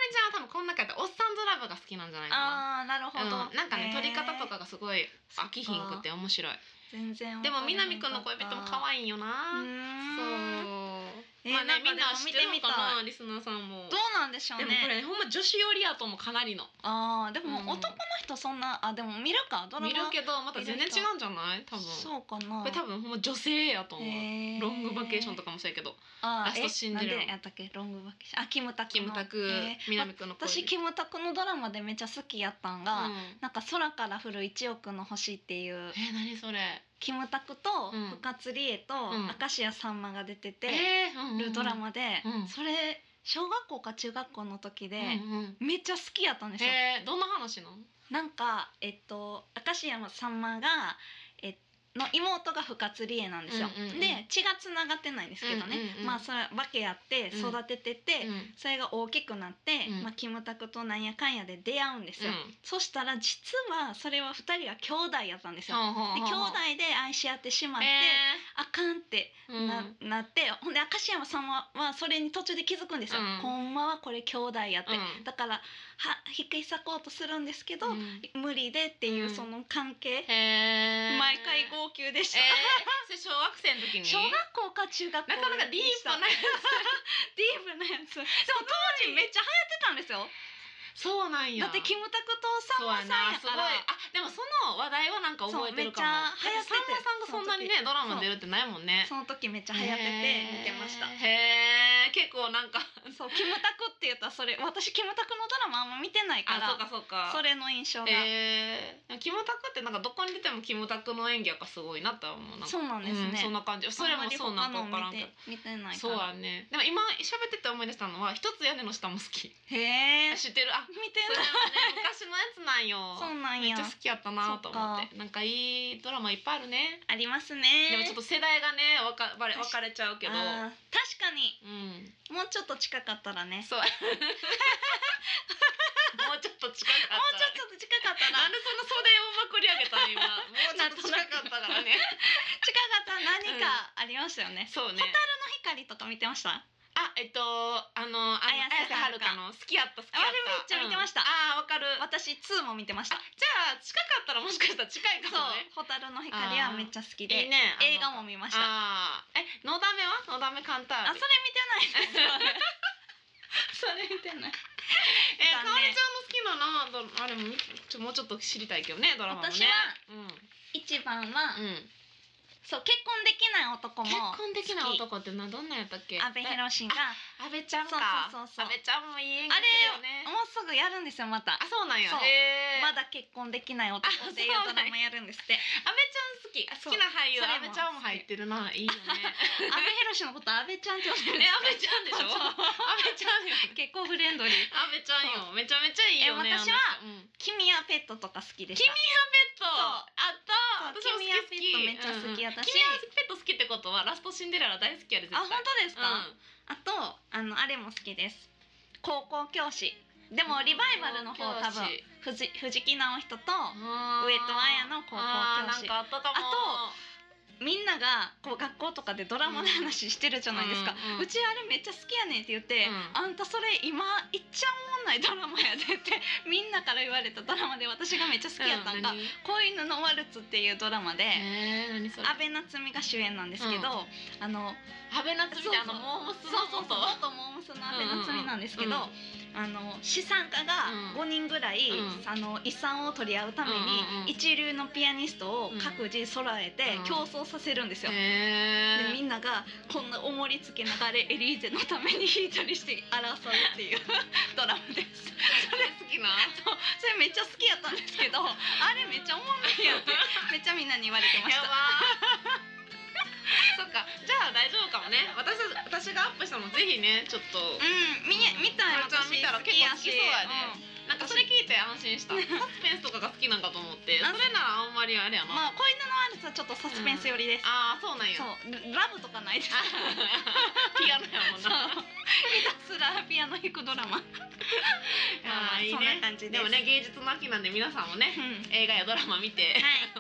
[SPEAKER 2] りちゃんは多分この中でおっさんドラブが好きなんじゃないか
[SPEAKER 1] あ
[SPEAKER 2] な
[SPEAKER 1] あなるほど、
[SPEAKER 2] うん、なんか
[SPEAKER 1] へー
[SPEAKER 2] ね撮り方とかがすごい飽きひんくて面白い
[SPEAKER 1] 全然
[SPEAKER 2] でも南くんの恋人も可
[SPEAKER 1] い
[SPEAKER 2] 愛いんよ
[SPEAKER 1] う
[SPEAKER 2] な
[SPEAKER 1] ーん
[SPEAKER 2] そう、
[SPEAKER 1] えー
[SPEAKER 2] まあ
[SPEAKER 1] なんか
[SPEAKER 2] ねみんな知って
[SPEAKER 1] で
[SPEAKER 2] る
[SPEAKER 1] も見てみ
[SPEAKER 2] の
[SPEAKER 1] た
[SPEAKER 2] かなリスナーさんも
[SPEAKER 1] どうなんでしょう
[SPEAKER 2] で
[SPEAKER 1] ね
[SPEAKER 2] もこれほんま女子寄りやと思うかなりの
[SPEAKER 1] ああでも
[SPEAKER 2] うん
[SPEAKER 1] 男の人そんな、あでも見るかドラマ
[SPEAKER 2] 見るけどまた全然違うんじゃない多分
[SPEAKER 1] そうかな
[SPEAKER 2] これ多分ほんま女性やと思う、
[SPEAKER 1] へー
[SPEAKER 2] ロングバケーションとかもそうやけど
[SPEAKER 1] あー
[SPEAKER 2] ラストシンデレ
[SPEAKER 1] えな
[SPEAKER 2] ラ
[SPEAKER 1] んでやったっけロングバケーションあキムタク
[SPEAKER 2] キ
[SPEAKER 1] の
[SPEAKER 2] ムタク
[SPEAKER 1] えー
[SPEAKER 2] 南くんの恋
[SPEAKER 1] 私キ
[SPEAKER 2] 人
[SPEAKER 1] ムタクのドラマでめっちゃ好きやったん
[SPEAKER 2] う
[SPEAKER 1] が、
[SPEAKER 2] ん
[SPEAKER 1] なんか空から降る一億の星っていう
[SPEAKER 2] えー、何それ
[SPEAKER 1] キムタクと
[SPEAKER 2] うん
[SPEAKER 1] 深津理恵と
[SPEAKER 2] うん
[SPEAKER 1] 明石家さんまが出てて
[SPEAKER 2] えーうんうんう
[SPEAKER 1] る
[SPEAKER 2] ん
[SPEAKER 1] ドラマで、
[SPEAKER 2] うん
[SPEAKER 1] それ小学校か中学校の時で、
[SPEAKER 2] うんうん
[SPEAKER 1] めっちゃ好きやったんですよ。
[SPEAKER 2] えー、どんな話なの
[SPEAKER 1] なんかえっと明石家さんまがえの妹が深津理恵なんですよ。
[SPEAKER 2] うんうんうん
[SPEAKER 1] で血がつながってないんですけどね、
[SPEAKER 2] うんうんうん
[SPEAKER 1] まあそれ化けやって
[SPEAKER 2] うん
[SPEAKER 1] 育ててて、
[SPEAKER 2] うん
[SPEAKER 1] それが大きくなって、
[SPEAKER 2] うん
[SPEAKER 1] まあ、キムタクとなんやかんやで出会うんですよ。
[SPEAKER 2] うん
[SPEAKER 1] そしたら実はそれは二人が兄弟やったんですよ。
[SPEAKER 2] ほう
[SPEAKER 1] で
[SPEAKER 2] ほう
[SPEAKER 1] 兄
[SPEAKER 2] ほう
[SPEAKER 1] 弟で愛し合ってしまって、
[SPEAKER 2] え
[SPEAKER 1] あかんって
[SPEAKER 2] ーうん
[SPEAKER 1] な,、なってほんで明石山さんは、まあ、それに途中で気づくんですよ、
[SPEAKER 2] うん
[SPEAKER 1] ほんまはこれ兄弟やって、
[SPEAKER 2] うん
[SPEAKER 1] だからは引き裂こうとするんですけど、
[SPEAKER 2] うん
[SPEAKER 1] 無理でっていううんその関係、
[SPEAKER 2] へー
[SPEAKER 1] 毎回号泣でした、
[SPEAKER 2] えー、それ小学生の時に
[SPEAKER 1] 小学校か中学校
[SPEAKER 2] なかなかディープな
[SPEAKER 1] な
[SPEAKER 2] や
[SPEAKER 1] ディープなやつでも当時めっちゃ流行ってたんですよ
[SPEAKER 2] つそうなんや
[SPEAKER 1] だってキムタクと
[SPEAKER 2] そう
[SPEAKER 1] さんま
[SPEAKER 2] や
[SPEAKER 1] さんや
[SPEAKER 2] なすごい
[SPEAKER 1] か
[SPEAKER 2] あ
[SPEAKER 1] ら
[SPEAKER 2] でもその話題はなんか覚えてるか
[SPEAKER 1] そうめっちゃ
[SPEAKER 2] も
[SPEAKER 1] 流行ってて
[SPEAKER 2] だってさんまさんがそんなにねドラマ出るってないもんね
[SPEAKER 1] その時めっちゃ流行ってて見てました
[SPEAKER 2] へえ結構なんか
[SPEAKER 1] そうキムタクって言ったらそれ私キムタクのドラマあんま見てないから
[SPEAKER 2] あそうかそうか
[SPEAKER 1] それの印象が、
[SPEAKER 2] えー、でもキムタクってなんかどこに出てもキムタクの演技やっぱすごいなって思うなんか
[SPEAKER 1] そうなんですね、
[SPEAKER 2] うんそんな感じそれもそうなんか分からん
[SPEAKER 1] あ
[SPEAKER 2] けど
[SPEAKER 1] まり他の見て見てないか
[SPEAKER 2] そう
[SPEAKER 1] ら
[SPEAKER 2] やねでも今喋ってて思い出したのは一つ屋根の下も好き
[SPEAKER 1] へえ
[SPEAKER 2] 知ってるあ
[SPEAKER 1] 見
[SPEAKER 2] それ
[SPEAKER 1] て
[SPEAKER 2] もね
[SPEAKER 1] ない
[SPEAKER 2] 昔のやつなんよ
[SPEAKER 1] そうなん
[SPEAKER 2] めっ
[SPEAKER 1] や
[SPEAKER 2] ちゃ好きやったなと思
[SPEAKER 1] そ
[SPEAKER 2] っ
[SPEAKER 1] って
[SPEAKER 2] なんかいいドラマいっぱいあるね
[SPEAKER 1] ありますね
[SPEAKER 2] でもちょっと世代がね分かばれ分かれちゃうけど
[SPEAKER 1] あー確かに
[SPEAKER 2] うん
[SPEAKER 1] もうちょっと近かったらね
[SPEAKER 2] そうもうちょっと近かった
[SPEAKER 1] もうちょっと近かった
[SPEAKER 2] な
[SPEAKER 1] ら
[SPEAKER 2] んでその袖をまくり上げたの今もうちょっと近かったか らね
[SPEAKER 1] 近かったら何かありましたよね、
[SPEAKER 2] そうね
[SPEAKER 1] 光とか見てました
[SPEAKER 2] あえっとあのあの
[SPEAKER 1] 綾
[SPEAKER 2] 綾
[SPEAKER 1] 瀬
[SPEAKER 2] 瀬
[SPEAKER 1] は
[SPEAKER 2] は
[SPEAKER 1] る
[SPEAKER 2] る
[SPEAKER 1] か
[SPEAKER 2] かの好きやった好きや
[SPEAKER 1] あ
[SPEAKER 2] った
[SPEAKER 1] れめっちゃ見てました
[SPEAKER 2] うんあーわかるあ
[SPEAKER 1] 私2も見てました
[SPEAKER 2] じゃあ近かったらもしかしたら近い
[SPEAKER 1] そう
[SPEAKER 2] かもね
[SPEAKER 1] 「蛍の光」はめっちゃ好きで
[SPEAKER 2] いいね
[SPEAKER 1] 映画
[SPEAKER 2] も
[SPEAKER 1] も見ました
[SPEAKER 2] あーえのだめはのだめ簡
[SPEAKER 1] あ
[SPEAKER 2] 単
[SPEAKER 1] それ見てないです
[SPEAKER 2] それ見てないえ
[SPEAKER 1] 残念
[SPEAKER 2] かおりちゃんの好きななどあれもちょもうちょっと知りたいけどねドラマもね
[SPEAKER 1] 私は
[SPEAKER 2] うん、
[SPEAKER 1] 一番は、
[SPEAKER 2] うん、
[SPEAKER 1] そう結婚できない男も
[SPEAKER 2] 結婚できない
[SPEAKER 1] 好
[SPEAKER 2] 男ってなどんなんやったっけ
[SPEAKER 1] き阿部寛が
[SPEAKER 2] 安倍ちゃんか
[SPEAKER 1] そうそうそうそう
[SPEAKER 2] 安倍ちゃんもいい演技
[SPEAKER 1] あ
[SPEAKER 2] だ
[SPEAKER 1] れ
[SPEAKER 2] よね
[SPEAKER 1] もうすぐやるんですよまた
[SPEAKER 2] あそうなんや
[SPEAKER 1] そう
[SPEAKER 2] へー
[SPEAKER 1] まだ結婚できない男っていうドラマやるんですって
[SPEAKER 2] 安倍ちゃん好きあ好きな俳優
[SPEAKER 1] そう
[SPEAKER 2] 安倍ちゃんも入ってるないいよね
[SPEAKER 1] 阿部寛のこと阿部ちゃんって呼んでるん
[SPEAKER 2] え 安
[SPEAKER 1] ですか
[SPEAKER 2] 倍ちゃんでしょ
[SPEAKER 1] そう
[SPEAKER 2] 安倍ちゃんよ
[SPEAKER 1] 結構フレンドリー
[SPEAKER 2] 安倍ちゃんよめちゃめちゃいいよね
[SPEAKER 1] え私は
[SPEAKER 2] あの人うん
[SPEAKER 1] 「君はペット」とか好きでした
[SPEAKER 2] 君ペットあった
[SPEAKER 1] そう
[SPEAKER 2] 私も好き好き
[SPEAKER 1] 君はペットめっちゃ好き
[SPEAKER 2] うんうん
[SPEAKER 1] 私
[SPEAKER 2] 君はペット好きってことはラストシンデレラ大好きやで絶
[SPEAKER 1] あ
[SPEAKER 2] 対
[SPEAKER 1] 本当ですか、
[SPEAKER 2] うん
[SPEAKER 1] あとあのあれも好きです高校教師でもリバイバルの方
[SPEAKER 2] 高校
[SPEAKER 1] 多
[SPEAKER 2] 教師
[SPEAKER 1] 分藤藤木直人と
[SPEAKER 2] あー
[SPEAKER 1] 上戸彩の高校教師
[SPEAKER 2] あーなんかあったかも
[SPEAKER 1] あみんながこう学校とかでドラマの話してるじゃないですか、
[SPEAKER 2] うん
[SPEAKER 1] う
[SPEAKER 2] うん
[SPEAKER 1] ちあれめっちゃ好きやねんって言って、
[SPEAKER 2] うん
[SPEAKER 1] あんたそれ今いっちゃおもんないドラマやでって みんなから言われたドラマで私がめっちゃ好きやったんが「
[SPEAKER 2] う何
[SPEAKER 1] 恋犬のワルツ」っていうドラマで、
[SPEAKER 2] えー、何それ
[SPEAKER 1] 安倍夏実が主演なんですけど、あの
[SPEAKER 2] 安倍夏実ってあのモームスの
[SPEAKER 1] そうそう
[SPEAKER 2] 元
[SPEAKER 1] 元モームスの安倍夏実なんですけど、
[SPEAKER 2] うんうん
[SPEAKER 1] あの資産家が
[SPEAKER 2] うん
[SPEAKER 1] 5人ぐらい、
[SPEAKER 2] うん
[SPEAKER 1] あの遺産を取り合うために、
[SPEAKER 2] うんうんうん
[SPEAKER 1] 一流のピアニストを各自揃えて
[SPEAKER 2] うん
[SPEAKER 1] 競争させるんですよ。
[SPEAKER 2] へ
[SPEAKER 1] でみんながこんな重りつけながらエリーゼのために引いたりして争うっていう ドラマです
[SPEAKER 2] それ好きな
[SPEAKER 1] そうそれめっちゃ好きやったんですけどあれめっちゃおもろいやんってめっちゃみんなに言われてまし
[SPEAKER 2] や
[SPEAKER 1] た
[SPEAKER 2] ばーそっかじゃあ大丈夫かもね私私がアップしたのぜひねちょっと、
[SPEAKER 1] うん見え見たい
[SPEAKER 2] これちゃん見たら結構好きそうや
[SPEAKER 1] ね
[SPEAKER 2] ね、なんかそれ聞いて安心したサスペンスとかが好きなんかと 思って
[SPEAKER 1] あ
[SPEAKER 2] それならあんまりあれや
[SPEAKER 1] うん
[SPEAKER 2] な、
[SPEAKER 1] まあ「恋のワルツ」はちょっとサスペンス寄りです、
[SPEAKER 2] ああ そうなんや
[SPEAKER 1] そうララブとかないです
[SPEAKER 2] あピアノやもん
[SPEAKER 1] そう
[SPEAKER 2] な
[SPEAKER 1] ひたすらピアノ弾くドラマまあまあ
[SPEAKER 2] あーいい
[SPEAKER 1] そん
[SPEAKER 2] ね
[SPEAKER 1] な感じです
[SPEAKER 2] でもね芸術の秋なんで皆さんもね
[SPEAKER 1] うん
[SPEAKER 2] 映画やドラマ見て、
[SPEAKER 1] はい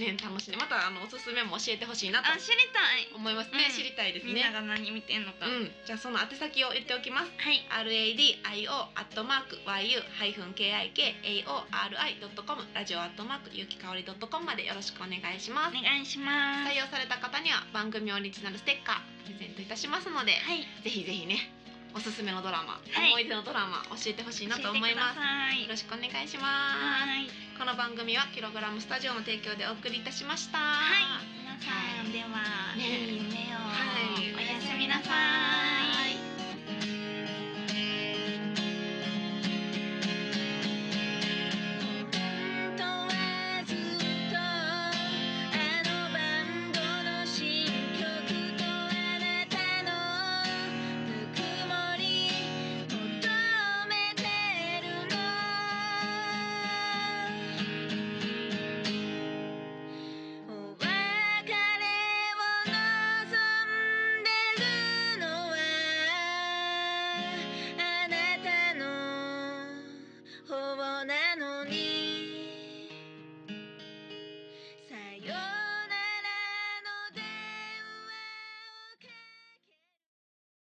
[SPEAKER 2] ね楽しんでまたあのおすすめも教えてほしいなと
[SPEAKER 1] あ知りたい
[SPEAKER 2] 思いますね、
[SPEAKER 1] うん
[SPEAKER 2] 知りたいです
[SPEAKER 1] みんな
[SPEAKER 2] ね
[SPEAKER 1] が何見てんの
[SPEAKER 2] う
[SPEAKER 1] か、
[SPEAKER 2] んじゃあその宛先を言っておきます
[SPEAKER 1] はい
[SPEAKER 2] RADIO アットマーク YU-KIKAORI.com ラジオアットマークゆきかおり .com までよろしくお願いします
[SPEAKER 1] お願いします
[SPEAKER 2] 採用された方には番組オリジナルステッカープレゼントいたしますので、
[SPEAKER 1] はい
[SPEAKER 2] ぜひぜひねおすすめのドラマ、
[SPEAKER 1] はい
[SPEAKER 2] 思い出のドラマ教えてほしいなと思いますよろしくお願いしま
[SPEAKER 1] はい。
[SPEAKER 2] すこの番組はキログラムスタジオの提供でお送りいたしました
[SPEAKER 1] はい。皆さん、では、い
[SPEAKER 2] ね
[SPEAKER 1] い夢を、
[SPEAKER 2] はい
[SPEAKER 1] おやすみなさい。